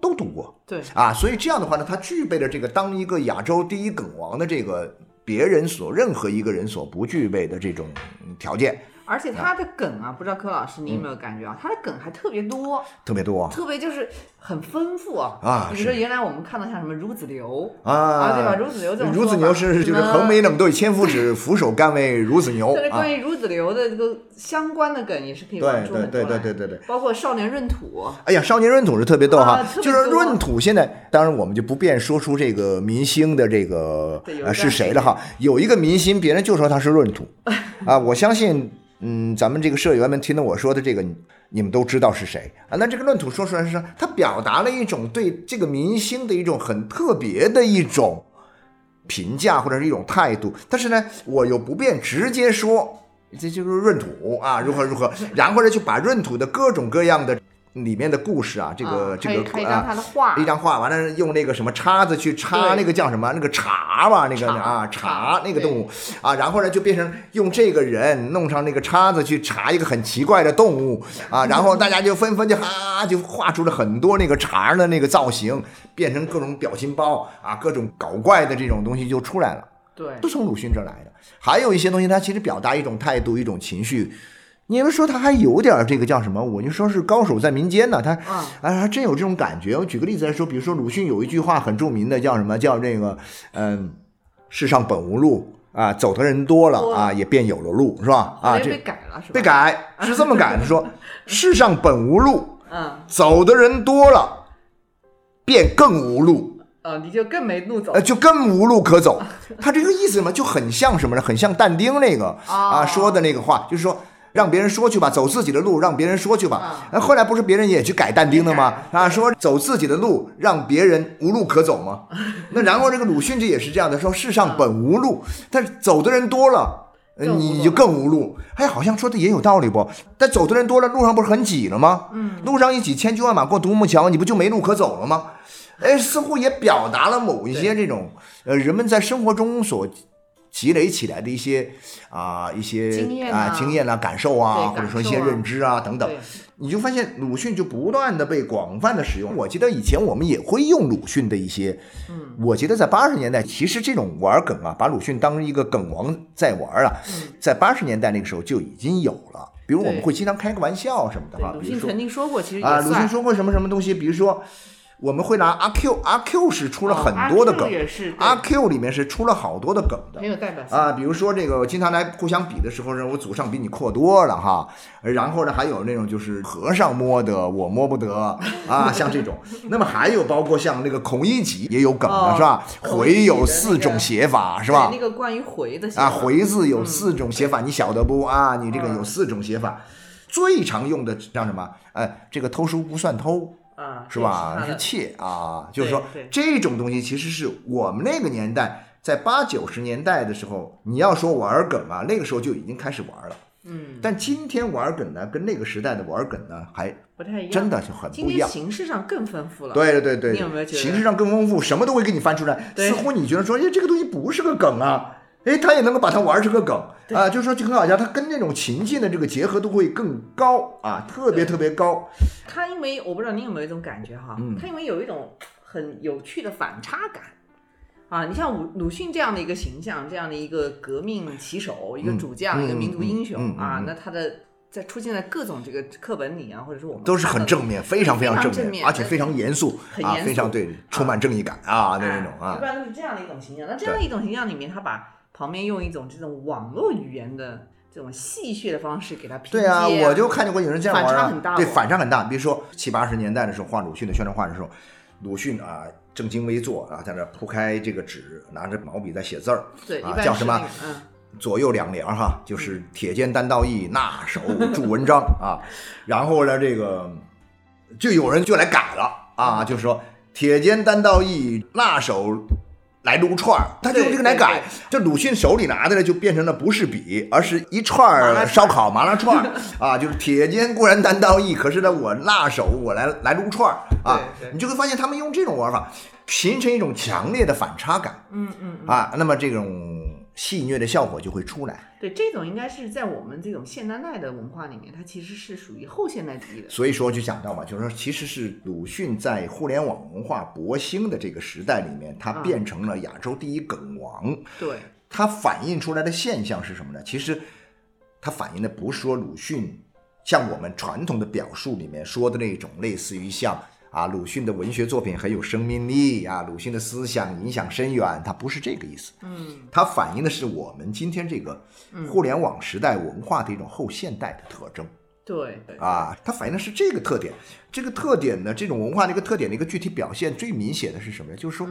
[SPEAKER 2] 都读过，
[SPEAKER 1] 对，
[SPEAKER 2] 啊，所以这样的话呢，他具备了这个当一个亚洲第一梗王的这个别人所任何一个人所不具备的这种嗯条件，
[SPEAKER 1] 而且他的梗啊，不知道柯老师你有没有感
[SPEAKER 2] 嗯
[SPEAKER 1] 觉啊？他的梗还特别多，
[SPEAKER 2] 特别多啊
[SPEAKER 1] 特别就是很丰富啊。
[SPEAKER 2] 啊
[SPEAKER 1] 你比如说原来我们看到像什么孺子牛啊，对吧？
[SPEAKER 2] 啊！
[SPEAKER 1] 孺子牛这种
[SPEAKER 2] 孺子牛是就是横眉冷对千 夫指，俯首甘为孺子牛
[SPEAKER 1] 但是
[SPEAKER 2] 啊！
[SPEAKER 1] 关于孺子牛的这个相关的梗也是可以玩
[SPEAKER 2] 对
[SPEAKER 1] 出
[SPEAKER 2] 对
[SPEAKER 1] 很
[SPEAKER 2] 啊对
[SPEAKER 1] 多
[SPEAKER 2] 对
[SPEAKER 1] 来，
[SPEAKER 2] 对对对。
[SPEAKER 1] 包括少年闰土，
[SPEAKER 2] 哎呀，少年闰土是特别逗哈，
[SPEAKER 1] 啊特别
[SPEAKER 2] 就
[SPEAKER 1] 多
[SPEAKER 2] 是闰土现在，当然我们就不便说出这个明星的这个
[SPEAKER 1] 对有
[SPEAKER 2] 呃
[SPEAKER 1] 一段
[SPEAKER 2] 是谁了哈。有一个明星，别人就说他是闰 土啊，我相信，嗯，咱们这个社员们听到我说的这个，你们都知道是谁啊。那这个闰土说出来是啥？他表达了一种对这个明星的一种很特别的一种评价或者是一种态度，但是呢，我又不便直接说。这就是闰土啊，如何如何，然后呢，就把闰土的各种各样的里面的故事啊，这个、
[SPEAKER 1] 啊
[SPEAKER 2] 这
[SPEAKER 1] 还有
[SPEAKER 2] 个
[SPEAKER 1] 还有一张
[SPEAKER 2] 啊，
[SPEAKER 1] 他的画
[SPEAKER 2] 一，张画，完了用那个什么叉子去插
[SPEAKER 1] 对
[SPEAKER 2] 那个叫什么那个茶吧，那个
[SPEAKER 1] 茶
[SPEAKER 2] 啊
[SPEAKER 1] 茶
[SPEAKER 2] 茶那个动物啊，然后呢就变成用这个人弄上那个叉子去查一个很奇怪的动物 啊，然后大家就纷纷就哈、就画出了很多那个茶的那个造型，变成各种表情包啊，各种搞怪的这种东西就出来了。
[SPEAKER 1] 对
[SPEAKER 2] 都从鲁迅这儿来的。还有一些东西，它其实表达一种态度、一种情绪。你要说他还有点儿这个叫什么？我就说是高手在民间呢，他
[SPEAKER 1] 嗯
[SPEAKER 2] 哎，还真有这种感觉。我举个例子来说，比如说鲁迅有一句话很著名的，叫什么？叫这个嗯，世上本无路啊，走的人多了啊，也便有了路，是吧？
[SPEAKER 1] 后
[SPEAKER 2] 啊，
[SPEAKER 1] 来
[SPEAKER 2] 这
[SPEAKER 1] 哎被改了是吧？
[SPEAKER 2] 被，改是这么改的，说世上本无路，
[SPEAKER 1] 嗯
[SPEAKER 2] 走的人多了，便更无路。
[SPEAKER 1] 呃，你就更没路走
[SPEAKER 2] 呃，就更无路可走。他这个意思嘛，就很像什么呢？很像但丁那个啊
[SPEAKER 1] 哦
[SPEAKER 2] 说的那个话，就是说让别人说去吧，走自己的路，让别人说去吧
[SPEAKER 1] 啊。
[SPEAKER 2] 呃后来不是别人也去改但丁的吗
[SPEAKER 1] 也？
[SPEAKER 2] 啊，说走自己的路，让别人无路可走吗？那然后这个鲁迅这也是这样的，说世上本无路，但是走的人多了。呃
[SPEAKER 1] 更无
[SPEAKER 2] 你
[SPEAKER 1] 路
[SPEAKER 2] 就更无路，哎，好像说的也有道理不？但走的人多了，路上不是很挤了吗？嗯，路上一挤，千军万马过独木桥，你不就没路可走了吗？哎，似乎也表达了某一些这种呃人们在生活中所积累起来的一些啊、一些
[SPEAKER 1] 经验
[SPEAKER 2] 啊
[SPEAKER 1] 啊
[SPEAKER 2] 经验啊感受啊，
[SPEAKER 1] 对
[SPEAKER 2] 或者说一
[SPEAKER 1] 感受
[SPEAKER 2] 些
[SPEAKER 1] 啊
[SPEAKER 2] 认知啊等等，
[SPEAKER 1] 对
[SPEAKER 2] 你就发现鲁迅就不断的被广泛的使用。我记得以前我们也会用鲁迅的一些，嗯，我觉得在八十年代，其实这种玩梗啊，把鲁迅当一个梗王在玩啊，
[SPEAKER 1] 嗯
[SPEAKER 2] 在八十年代那个时候就已经有了。比如我们
[SPEAKER 1] 对
[SPEAKER 2] 会经常开个玩笑什么的
[SPEAKER 1] 对
[SPEAKER 2] 哈，
[SPEAKER 1] 鲁
[SPEAKER 2] 啊比如
[SPEAKER 1] 迅
[SPEAKER 2] 说
[SPEAKER 1] 曾经说过，其实也
[SPEAKER 2] 啊，鲁迅
[SPEAKER 1] 算
[SPEAKER 2] 说过什么什么东西，比如说我们会拿阿 Q，阿 Q 是出了
[SPEAKER 1] 哦
[SPEAKER 2] 很
[SPEAKER 1] 阿
[SPEAKER 2] 多的
[SPEAKER 1] Q
[SPEAKER 2] 梗，
[SPEAKER 1] 也是
[SPEAKER 2] 阿 Q 里面是出了好多的梗的
[SPEAKER 1] 很。有代表性。
[SPEAKER 2] 啊，比如说这个，经常来互相比的时候呢，我祖上比你阔多了哈。然后呢，还有那种就是和尚摸得，我摸不得啊，像这种。那么还有包括像那个孔乙己也有梗的
[SPEAKER 1] 哦
[SPEAKER 2] 是吧？
[SPEAKER 1] 孔乙
[SPEAKER 2] 回
[SPEAKER 1] 己
[SPEAKER 2] 有
[SPEAKER 1] 的
[SPEAKER 2] 四
[SPEAKER 1] 那
[SPEAKER 2] 种
[SPEAKER 1] 个
[SPEAKER 2] 写法是
[SPEAKER 1] 对
[SPEAKER 2] 吧？
[SPEAKER 1] 那个关于回的
[SPEAKER 2] 啊，
[SPEAKER 1] 写法
[SPEAKER 2] 回字有四种写法，你晓得不啊？你这个有
[SPEAKER 1] 嗯
[SPEAKER 2] 四种写法，最常用的叫什么？呃，这个偷书不算偷，
[SPEAKER 1] 啊，
[SPEAKER 2] 是吧？
[SPEAKER 1] 这
[SPEAKER 2] 是
[SPEAKER 1] 也是
[SPEAKER 2] 窃啊，就是说
[SPEAKER 1] 对对
[SPEAKER 2] 这种东西其实是我们那个年代，在八九十年代的时候，你要说玩梗啊，那个时候就已经开始玩了。
[SPEAKER 1] 嗯，
[SPEAKER 2] 但今天玩梗呢，跟那个时代的玩梗呢，还
[SPEAKER 1] 不太一样。
[SPEAKER 2] 真的就很
[SPEAKER 1] 今
[SPEAKER 2] 不一
[SPEAKER 1] 天
[SPEAKER 2] 样。
[SPEAKER 1] 形式上更丰富了。，
[SPEAKER 2] 对对对
[SPEAKER 1] 你有没有
[SPEAKER 2] 对，
[SPEAKER 1] 觉得
[SPEAKER 2] 形式上更丰富，什么都会给你翻出来。
[SPEAKER 1] 对
[SPEAKER 2] 似乎你觉得说，哎，这个东西不是个梗啊，哎，他也能够把它玩成个梗啊，就是说就很好笑，它跟那种情境的这个结合度会更高啊，特别特别高。
[SPEAKER 1] 它因为我不知道你有没有一种感觉哈，
[SPEAKER 2] 嗯
[SPEAKER 1] 它因为有一种很有趣的反差感。啊，你像鲁鲁迅这样的一个形象，这样的一个革命旗手，一个主将，一
[SPEAKER 2] 嗯
[SPEAKER 1] 个民族英
[SPEAKER 2] 嗯嗯
[SPEAKER 1] 雄、
[SPEAKER 2] 嗯
[SPEAKER 1] 啊
[SPEAKER 2] 嗯，
[SPEAKER 1] 那他的在出现在各种这个课本里啊，或者是我们
[SPEAKER 2] 都是
[SPEAKER 1] 看
[SPEAKER 2] 很
[SPEAKER 1] 到的
[SPEAKER 2] 正面，非常非常
[SPEAKER 1] 非常
[SPEAKER 2] 正
[SPEAKER 1] 正
[SPEAKER 2] 面，
[SPEAKER 1] 面
[SPEAKER 2] 而且非常严肃
[SPEAKER 1] 很
[SPEAKER 2] 啊
[SPEAKER 1] 严，肃
[SPEAKER 2] 非常对，充满正义感啊那种
[SPEAKER 1] 哎一
[SPEAKER 2] 啊，
[SPEAKER 1] 般都是这样的一种形象。那这样一种形象里面，他把旁边用一种这种网络语言的这种戏谑的方式给他拼
[SPEAKER 2] 对
[SPEAKER 1] 接
[SPEAKER 2] 啊，我就看见过有人这样玩
[SPEAKER 1] 反差
[SPEAKER 2] 啊，
[SPEAKER 1] 很大
[SPEAKER 2] 对，
[SPEAKER 1] 哦
[SPEAKER 2] 反差很大。比如说七八十年代的时候画鲁迅的宣传画的时候，鲁迅啊正襟危坐啊，在那儿铺开这个纸，拿着毛笔在写字儿，
[SPEAKER 1] 对，一
[SPEAKER 2] 啊
[SPEAKER 1] 般是
[SPEAKER 2] 叫什么
[SPEAKER 1] 那个嗯，
[SPEAKER 2] 左右两联儿哈，就是铁肩担道义，捺手助文章啊。然后呢，这个就有人就来改了
[SPEAKER 1] 嗯
[SPEAKER 2] 啊，就是说铁肩担道义，捺手来撸串儿，他就用这个来改。这鲁迅手里拿的呢，就变成了不是笔，而是一串
[SPEAKER 1] 麻辣串
[SPEAKER 2] 儿烧烤麻辣 串儿啊，就是铁肩固然担道义，可是呢，我捺手我来来撸串儿啊
[SPEAKER 1] 对，对
[SPEAKER 2] 你就会发现他们用这种玩法形成一种强烈的反差感。
[SPEAKER 1] 嗯嗯嗯，
[SPEAKER 2] 啊，那么这种戏谑的效果就会出来。
[SPEAKER 1] 对，这种应该是在我们这种现当代的文化里面，它其实是属于后现代主义的。
[SPEAKER 2] 所以说就讲到嘛，就是说其实是鲁迅在互联网文化博兴的这个时代里面，他
[SPEAKER 1] 嗯
[SPEAKER 2] 变成了亚洲第一梗王。
[SPEAKER 1] 对，
[SPEAKER 2] 它反映出来的现象是什么呢？其实它反映的不是说鲁迅像我们传统的表述里面说的那种，类似于像啊鲁迅的文学作品很有生命力啊，鲁迅的思想影响深远，它不是这个意思。
[SPEAKER 1] 嗯，
[SPEAKER 2] 它反映的是我们今天这个互联网时代文化的一种后现代的特征。
[SPEAKER 1] 对，对，
[SPEAKER 2] 啊，它反映的是这个特点。这个特点呢，这种文化的一个特点的一个具体表现，最明显的是什么呢？就是说，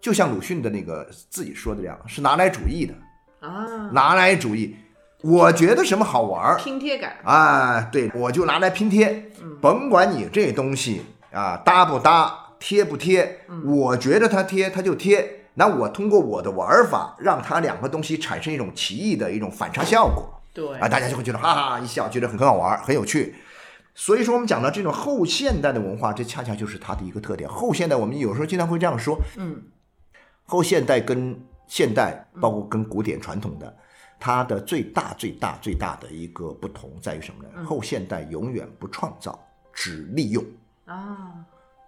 [SPEAKER 2] 就像鲁迅的那个自己说的这样，是拿来主义的，
[SPEAKER 1] 啊，
[SPEAKER 2] 拿来主义。我觉得什么好玩儿
[SPEAKER 1] 拼贴感，
[SPEAKER 2] 啊，对我就拿来拼贴，甭管你这东西啊搭不搭、贴不贴，我觉得它贴它就贴。那我通过我的玩法，让它两个东西产生一种奇异的一种反差效果。
[SPEAKER 1] 对
[SPEAKER 2] 啊，，大家就会觉得哈哈一笑，觉得很很好玩儿，很有趣。所以说，我们讲到这种后现代的文化，这恰恰就是它的一个特点。后现代，我们有时候经常会这样说，
[SPEAKER 1] 嗯，
[SPEAKER 2] 后现代跟现代，包括跟古典传统的，它的最大、最大、最大的一个不同在于什么
[SPEAKER 1] 嗯
[SPEAKER 2] 呢？后现代永远不创造，只利用，
[SPEAKER 1] 啊，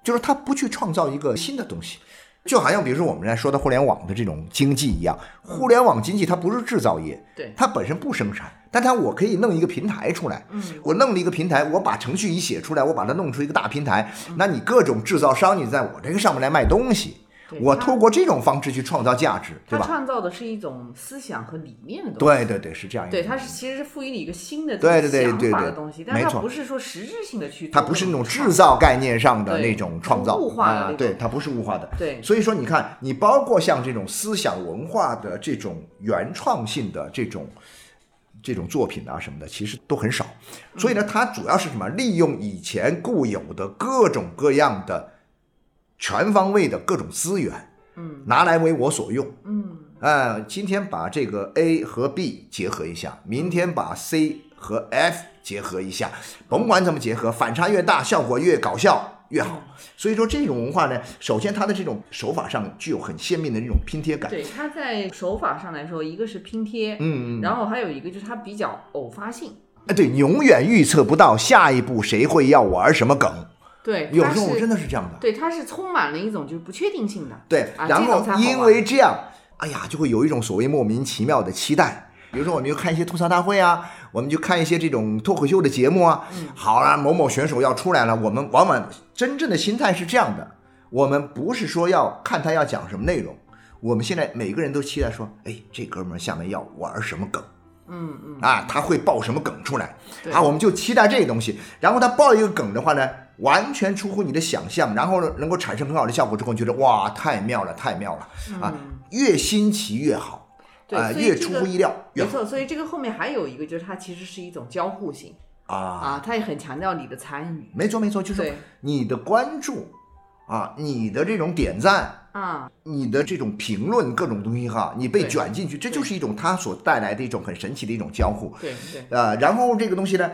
[SPEAKER 2] 就是它不去创造一个新的东西，就好像比如说我们来说的互联网的这种经济一样，
[SPEAKER 1] 嗯
[SPEAKER 2] 互联网经济它不是制造业，
[SPEAKER 1] 对，
[SPEAKER 2] 它本身不生产，但它我可以弄一个平台出来，
[SPEAKER 1] 嗯，
[SPEAKER 2] 我弄了一个平台，我把程序一写出来，我把它弄出一个大平台，
[SPEAKER 1] 嗯
[SPEAKER 2] 那你各种制造商你在我这个上面来卖东西，
[SPEAKER 1] 对
[SPEAKER 2] 我
[SPEAKER 1] 他
[SPEAKER 2] 通过这种方式去创造价值，对
[SPEAKER 1] 他
[SPEAKER 2] 吧？
[SPEAKER 1] 创造的是一种思想和理念的东西。
[SPEAKER 2] 对对对，是这样一个。
[SPEAKER 1] 对，它是其实是赋予你一个新的
[SPEAKER 2] 嗯对对对
[SPEAKER 1] 这种
[SPEAKER 2] 对
[SPEAKER 1] 想法
[SPEAKER 2] 对
[SPEAKER 1] 的东西，
[SPEAKER 2] 没
[SPEAKER 1] 但它
[SPEAKER 2] 错
[SPEAKER 1] 不是说实质性的去做
[SPEAKER 2] 它
[SPEAKER 1] 创造，
[SPEAKER 2] 不是那种制造概念上的
[SPEAKER 1] 对
[SPEAKER 2] 那种创造，
[SPEAKER 1] 物化的
[SPEAKER 2] 啊
[SPEAKER 1] 那，种
[SPEAKER 2] 对，它不是物化的。
[SPEAKER 1] 对
[SPEAKER 2] 所以说你看，你包括像这种思想文化的这种原创性的这种这种作品啊什么的，其实都很少。所以
[SPEAKER 1] 嗯
[SPEAKER 2] 呢，它主要是什么？利用以前固有的各种各样的全方位的各种资源，
[SPEAKER 1] 嗯，
[SPEAKER 2] 拿来为我所用。
[SPEAKER 1] 嗯
[SPEAKER 2] 呃，今天把这个 A 和 B 结合一下，明天把 C 和 F 结合一下，甭管怎么结合，反差越大，效果越搞笑越好。
[SPEAKER 1] 嗯
[SPEAKER 2] 所以说这种文化呢，首先它的这种手法上具有很鲜明的这种拼贴感。
[SPEAKER 1] 对，它在手法上来说，一个是拼贴，
[SPEAKER 2] 嗯，嗯
[SPEAKER 1] 然后还有一个就是它比较偶发性。
[SPEAKER 2] 哎，对，你永远预测不到下一步谁会要玩什么梗，
[SPEAKER 1] 对，
[SPEAKER 2] 有
[SPEAKER 1] 它
[SPEAKER 2] 时候
[SPEAKER 1] 是
[SPEAKER 2] 真的是这样的。
[SPEAKER 1] 对，它是充满了一种就是不确定性的。
[SPEAKER 2] 对，
[SPEAKER 1] 啊
[SPEAKER 2] 然
[SPEAKER 1] 这种
[SPEAKER 2] 后
[SPEAKER 1] 才好
[SPEAKER 2] 因
[SPEAKER 1] 玩
[SPEAKER 2] 为这样，哎呀，就会有一种所谓莫名其妙的期待。比如说，我们就看一些吐槽大会啊，我们就看一些这种脱口秀的节目啊。
[SPEAKER 1] 嗯
[SPEAKER 2] 好啦，某某选手要出来了，我们往往真正的心态是这样的：我们不是说要看他要讲什么内容，我们现在每个人都期待说，哎，这哥们儿下面要玩什么梗
[SPEAKER 1] 嗯嗯，
[SPEAKER 2] 啊，他会爆什么梗出来
[SPEAKER 1] 对
[SPEAKER 2] 啊，我们就期待这个东西。然后他爆一个梗的话呢，完全出乎你的想象，然后呢能够产生很好的效果之后，你觉得哇，太妙了，太妙了。啊
[SPEAKER 1] 嗯，
[SPEAKER 2] 越新奇越好，
[SPEAKER 1] 对
[SPEAKER 2] 啊、
[SPEAKER 1] 所以
[SPEAKER 2] 越
[SPEAKER 1] 这
[SPEAKER 2] 出
[SPEAKER 1] 个
[SPEAKER 2] 乎意料越
[SPEAKER 1] 没
[SPEAKER 2] 好
[SPEAKER 1] 错。所以这个后面还有一个就是它其实是一种交互性
[SPEAKER 2] 啊，
[SPEAKER 1] 啊，它也很强调你的参与。
[SPEAKER 2] 没错没错，就是
[SPEAKER 1] 对
[SPEAKER 2] 你的关注啊，你的这种点赞，
[SPEAKER 1] 啊，
[SPEAKER 2] 你的这种评论各种东西哈，你被
[SPEAKER 1] 对
[SPEAKER 2] 卷进去，这
[SPEAKER 1] 对
[SPEAKER 2] 就是一种它所带来的一种很神奇的一种交互，
[SPEAKER 1] 对对
[SPEAKER 2] 呃，然后这个东西呢，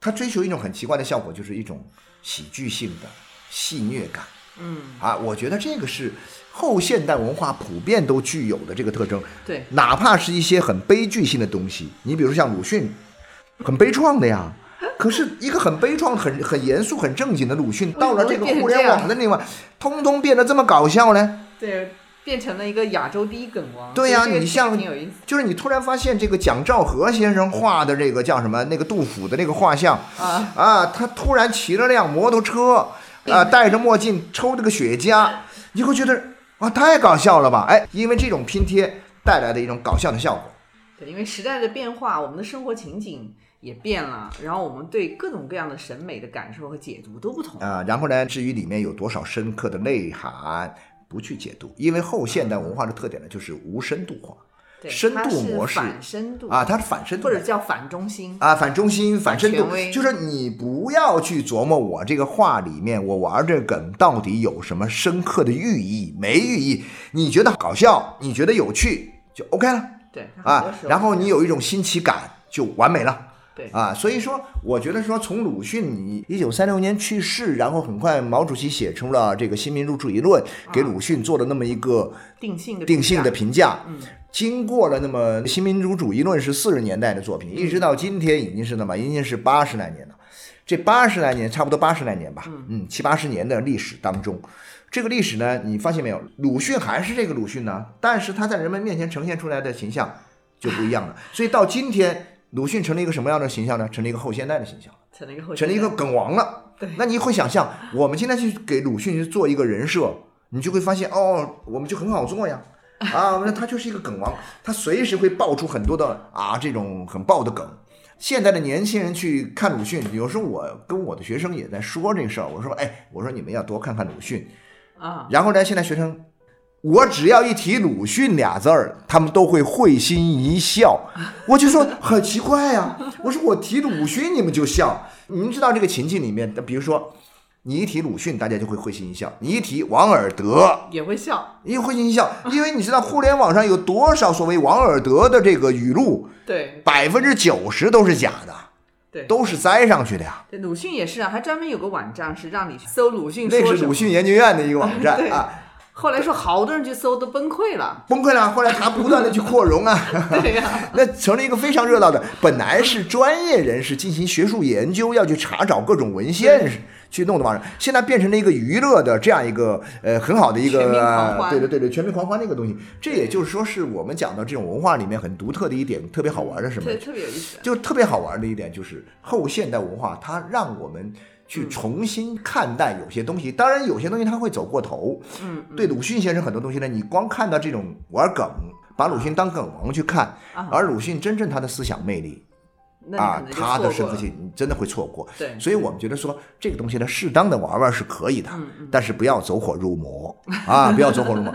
[SPEAKER 2] 它追求一种很奇怪的效果，就是一种喜剧性的戏谑感。
[SPEAKER 1] 嗯
[SPEAKER 2] 啊，我觉得这个是后现代文化普遍都具有的这个特征。
[SPEAKER 1] 对
[SPEAKER 2] 哪怕是一些很悲剧性的东西，你比如像鲁迅，很悲怆的呀。可是一个很悲怆、很很严肃、很正经的鲁迅，到了这个互联网的那块，通通变得这么搞笑呢？
[SPEAKER 1] 对，变成了一个亚洲第一梗王。
[SPEAKER 2] 对呀
[SPEAKER 1] 所以这个
[SPEAKER 2] 你像
[SPEAKER 1] 挺有意思。
[SPEAKER 2] 就是你突然发现，这个蒋兆和先生画的这个叫什么？那个杜甫的那个画像
[SPEAKER 1] 啊
[SPEAKER 2] 他突然骑了辆摩托车，啊、戴着墨镜，抽着个雪茄，你会觉得啊，太搞笑了吧？哎，因为这种拼贴带来的一种搞笑的效果。
[SPEAKER 1] 对，因为时代的变化，我们的生活情景也变了，然后我们对各种各样的审美的感受和解读都不同。
[SPEAKER 2] 啊、然后呢，至于里面有多少深刻的内涵，不去解读，因为后现代文化的特点呢，就是无深度化
[SPEAKER 1] 对，
[SPEAKER 2] 深
[SPEAKER 1] 它
[SPEAKER 2] 度
[SPEAKER 1] 是
[SPEAKER 2] 模式
[SPEAKER 1] 反深度
[SPEAKER 2] 啊，，它是反深度
[SPEAKER 1] 或
[SPEAKER 2] 的
[SPEAKER 1] 者叫反中心。
[SPEAKER 2] 啊，反中心、反深度
[SPEAKER 1] 权，威
[SPEAKER 2] 就是你不要去琢磨我这个话里面我玩这梗到底有什么深刻的寓意，没寓意，你觉得搞笑，你觉得有趣就 OK 了
[SPEAKER 1] 对它很多
[SPEAKER 2] 啊
[SPEAKER 1] 时，候
[SPEAKER 2] 然后
[SPEAKER 1] 是
[SPEAKER 2] 你有一种新奇感就完美了。
[SPEAKER 1] 对
[SPEAKER 2] 啊，所以说，我觉得说从鲁迅，你一九三六年去世，然后很快毛主席写出了这个《新民主主义论》，给鲁迅做了那么啊一个
[SPEAKER 1] 定性的
[SPEAKER 2] 定性的
[SPEAKER 1] 评
[SPEAKER 2] 评价。
[SPEAKER 1] 价，嗯，
[SPEAKER 2] 经过了那么《新民主主义论》是四十年代的作品，一直到今天已经是那么已经是八十来年了。这八十来年，差不多八十来年吧，嗯，七八十年的历史当中，这个历史呢，你发现没有，鲁迅还是这个鲁迅呢，但是他在人们面前呈现出来的形象就不一样了。所以到今天，鲁迅成了一个什么样的形象呢？成了一个后现代的形象。
[SPEAKER 1] 成了一个后
[SPEAKER 2] 成了一个梗王了。
[SPEAKER 1] 对
[SPEAKER 2] 那你会想象，我们现在去给鲁迅去做一个人设，你就会发现，哦，我们就很好做呀。啊，那他就是一个梗王，他随时会爆出很多的啊这种很爆的梗。现在的年轻人去看鲁迅，有时候我跟我的学生也在说这个事儿，我说，哎，我说你们要多看看鲁迅。
[SPEAKER 1] 啊，
[SPEAKER 2] 然后呢，现在学生，我只要一提鲁迅俩字儿，他们都会会心一笑。我就说很奇怪呀、我说我提鲁迅你们就笑，你们知道这个情境里面，比如说你一提鲁迅，大家就会会心一笑；你一提王尔德，
[SPEAKER 1] 也会笑，
[SPEAKER 2] 也会心一笑，因为你知道互联网上有多少所谓王尔德的这个语录，
[SPEAKER 1] 对
[SPEAKER 2] 百分之九十都是假的，
[SPEAKER 1] 对。
[SPEAKER 2] 都是栽上去的呀。
[SPEAKER 1] 对鲁迅也是啊，还专门有个网站是让你搜鲁迅说
[SPEAKER 2] 那
[SPEAKER 1] 什么。
[SPEAKER 2] 是鲁迅研究院的一个网 站
[SPEAKER 1] 对
[SPEAKER 2] 啊，
[SPEAKER 1] 后来说好多人去搜都崩溃 了。
[SPEAKER 2] 崩溃了。后来他不断的去扩容啊。
[SPEAKER 1] 对呀、
[SPEAKER 2] 那成了一个非常热闹的，本来是专业人士进行学术研究，要去查找各种文献，去弄的玩意儿，现在变成了一个娱乐的这样一个呃很好的一
[SPEAKER 1] 全民
[SPEAKER 2] 个
[SPEAKER 1] 狂，欢
[SPEAKER 2] 对对对对，全民狂欢的一个东西。这也就是说是我们讲到这种文化里面很独特的一点，特别好玩的什么
[SPEAKER 1] 特？特别有意思。
[SPEAKER 2] 就特别好玩的一点就是后现代文化，它让我们去重新看待有些东西。当然，有些东西它会走过头。
[SPEAKER 1] 嗯，
[SPEAKER 2] 对鲁迅先生很多东西呢，你光看到这种玩梗，把鲁迅当梗王去看，
[SPEAKER 1] 啊
[SPEAKER 2] 而鲁迅真正他的思想魅力
[SPEAKER 1] 那
[SPEAKER 2] 啊
[SPEAKER 1] 你，可
[SPEAKER 2] 他
[SPEAKER 1] 能
[SPEAKER 2] 的
[SPEAKER 1] 就错
[SPEAKER 2] 身份
[SPEAKER 1] 过了。嗯
[SPEAKER 2] 性，你真的会错过。
[SPEAKER 1] 对，
[SPEAKER 2] 所以我们觉得说这个东西呢，适当的玩玩是可以的，
[SPEAKER 1] 嗯嗯
[SPEAKER 2] 但是不要走火 入魔啊，不要走火入魔。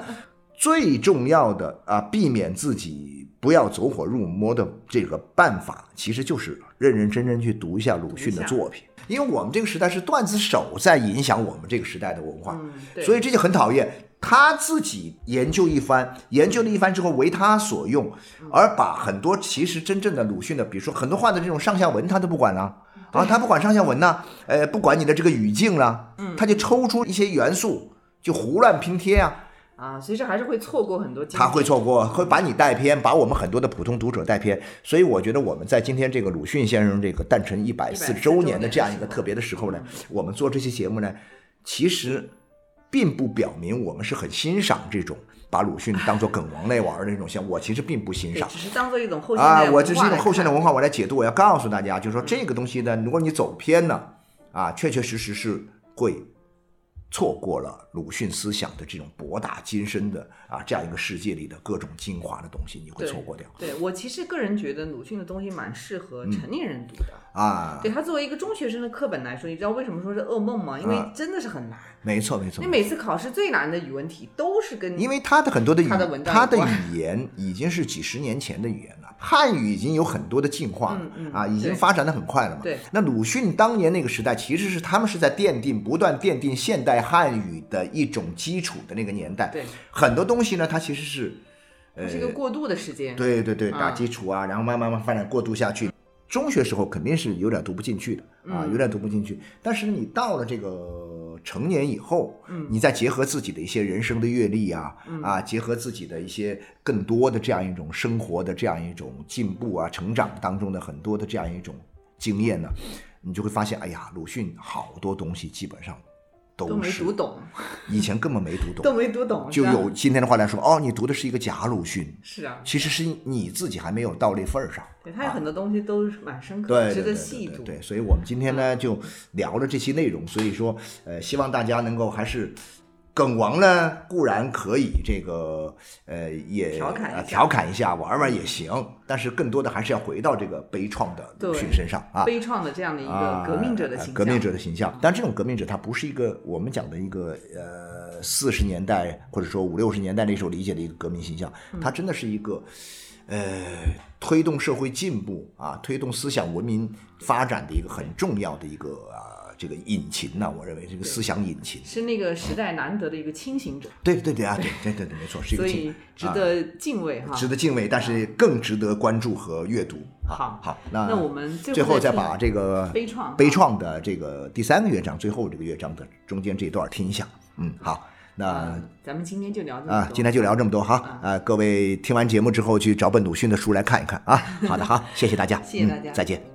[SPEAKER 2] 最重要的啊，避免自己不要走火入魔的这个办法，其实就是认认真真去读一下鲁迅的
[SPEAKER 1] 读一下
[SPEAKER 2] 作品，因为我们这个时代是段子手在影响我们这个时代的文化，
[SPEAKER 1] 嗯，对，
[SPEAKER 2] 所以这就很讨厌。他自己研究一番，研究了一番之后为他所用，而把很多其实真正的鲁迅的，比如说很多话的这种上下文，他都不管了啊，他不管上下文呐、呃，不管你的这个语境啦、他就抽出一些元素就胡乱拼贴啊，
[SPEAKER 1] 啊，所以这还是会错过很多经典。
[SPEAKER 2] 他会错过，会把你带偏，把我们很多的普通读者带偏。所以我觉得我们在今天这个鲁迅先生这个诞辰一百四
[SPEAKER 1] 140
[SPEAKER 2] 周
[SPEAKER 1] 周年
[SPEAKER 2] 年的
[SPEAKER 1] 的
[SPEAKER 2] 这样一
[SPEAKER 1] 时
[SPEAKER 2] 个
[SPEAKER 1] 候
[SPEAKER 2] 特别的时候呢，我们做这期节目呢，其实并不表明我们是很欣赏这种把鲁迅当做梗王来玩儿的那种像我其实并不欣
[SPEAKER 1] 对
[SPEAKER 2] 赏。
[SPEAKER 1] 只是当做一种后现代
[SPEAKER 2] 啊，
[SPEAKER 1] 文
[SPEAKER 2] 我这是
[SPEAKER 1] 化
[SPEAKER 2] 一种
[SPEAKER 1] 来
[SPEAKER 2] 后现代
[SPEAKER 1] 看
[SPEAKER 2] 文化，我来解读。我要告诉大家，就是说这个东西呢，如果你走偏了，啊，确确实实是会错过了鲁迅思想的这种博大精深的啊这样一个世界里的各种精华的东西，你会
[SPEAKER 1] 对
[SPEAKER 2] 错过掉
[SPEAKER 1] 对我其实个人觉得鲁迅的东西蛮适合成年人读的。
[SPEAKER 2] 嗯啊。
[SPEAKER 1] 对他作为一个中学生的课本来说，你知道为什么说是噩梦吗？因为
[SPEAKER 2] 啊
[SPEAKER 1] 真的是很难。
[SPEAKER 2] 没错，没错
[SPEAKER 1] 你。每次考试最难的语文题都是跟
[SPEAKER 2] 因为他的很多的语
[SPEAKER 1] 他嗯的文，章
[SPEAKER 2] 他的
[SPEAKER 1] 有关
[SPEAKER 2] 语言已经是几十年前的语言了，汉语已经有很多的进化了
[SPEAKER 1] 嗯嗯
[SPEAKER 2] 啊，已经
[SPEAKER 1] 对
[SPEAKER 2] 发展的很快了嘛。
[SPEAKER 1] 对
[SPEAKER 2] 那鲁迅当年那个时代，其实是他们是在奠定、不断奠定现代汉语的一种基础的那个年代。
[SPEAKER 1] 对，
[SPEAKER 2] 很多东西呢，它其实是，
[SPEAKER 1] 它是一个过渡的时间。
[SPEAKER 2] 对对对，
[SPEAKER 1] 啊
[SPEAKER 2] 打基础啊，然后慢慢慢慢发展过渡下去。中学时候肯定是有点读不进去的
[SPEAKER 1] 嗯
[SPEAKER 2] 啊，有点读不进去。但是你到了这个成年以后，
[SPEAKER 1] 嗯
[SPEAKER 2] 你再结合自己的一些人生的阅历啊，啊，结合自己的一些更多的这样一种生活的这样一种进步啊、成长当中的很多的这样一种经验呢，你就会发现，哎呀，鲁迅好多东西基本上
[SPEAKER 1] 都
[SPEAKER 2] 都
[SPEAKER 1] 没
[SPEAKER 2] 是
[SPEAKER 1] 读懂，
[SPEAKER 2] 以前根本没读懂，
[SPEAKER 1] 都没读懂，
[SPEAKER 2] 就是
[SPEAKER 1] 吧
[SPEAKER 2] 有今天的话来说，哦，你读的是一个假鲁迅。
[SPEAKER 1] 是啊，
[SPEAKER 2] 其实是你自己还没有到那份儿上。啊
[SPEAKER 1] 对，他有很多东西都是蛮深刻，
[SPEAKER 2] 对
[SPEAKER 1] 值
[SPEAKER 2] 对
[SPEAKER 1] 得
[SPEAKER 2] 对
[SPEAKER 1] 细嗯
[SPEAKER 2] 对
[SPEAKER 1] 读。
[SPEAKER 2] 对，所以我们今天呢就聊了这期内容，所以说呃，希望大家能够还是梗王呢固然可以这个呃也
[SPEAKER 1] 调侃一下
[SPEAKER 2] 呃调侃一下玩玩也行，但是更多的还是要回到这个悲怆的鲁迅
[SPEAKER 1] 对
[SPEAKER 2] 身上啊。
[SPEAKER 1] 悲怆的这样的一个
[SPEAKER 2] 啊
[SPEAKER 1] 革命者的形象，
[SPEAKER 2] 革命者的形象。但这种革命者，他不是一个我们讲的一个呃四十年代或者说五六十年代那时候理解的一个革命形象，
[SPEAKER 1] 嗯
[SPEAKER 2] 他真的是一个呃推动社会进步啊，推动思想文明发展的一个很重要的一个啊这个引擎呐、我认为这个思想引擎。
[SPEAKER 1] 是那个时代难得的一个清醒者，
[SPEAKER 2] 对对对啊，对对对对，没错，是一个
[SPEAKER 1] 所
[SPEAKER 2] 挺
[SPEAKER 1] 以啊值得敬畏哈。
[SPEAKER 2] 值得敬畏，但是更值得关注和阅读。啊
[SPEAKER 1] 好
[SPEAKER 2] 好，
[SPEAKER 1] 那我们最
[SPEAKER 2] 最后再
[SPEAKER 1] 再
[SPEAKER 2] 把这个
[SPEAKER 1] 悲怆
[SPEAKER 2] 悲怆的这个第三个乐章，最后这个乐章的中间这一段听一下。嗯，好，那
[SPEAKER 1] 啊，咱们今天就聊这么
[SPEAKER 2] 啊
[SPEAKER 1] 多，
[SPEAKER 2] 今天就聊这么多哈。啊，各位听完节目之后去找本鲁迅的书来看一看啊。好的，好，谢谢大家，
[SPEAKER 1] 谢谢大家
[SPEAKER 2] 嗯再见。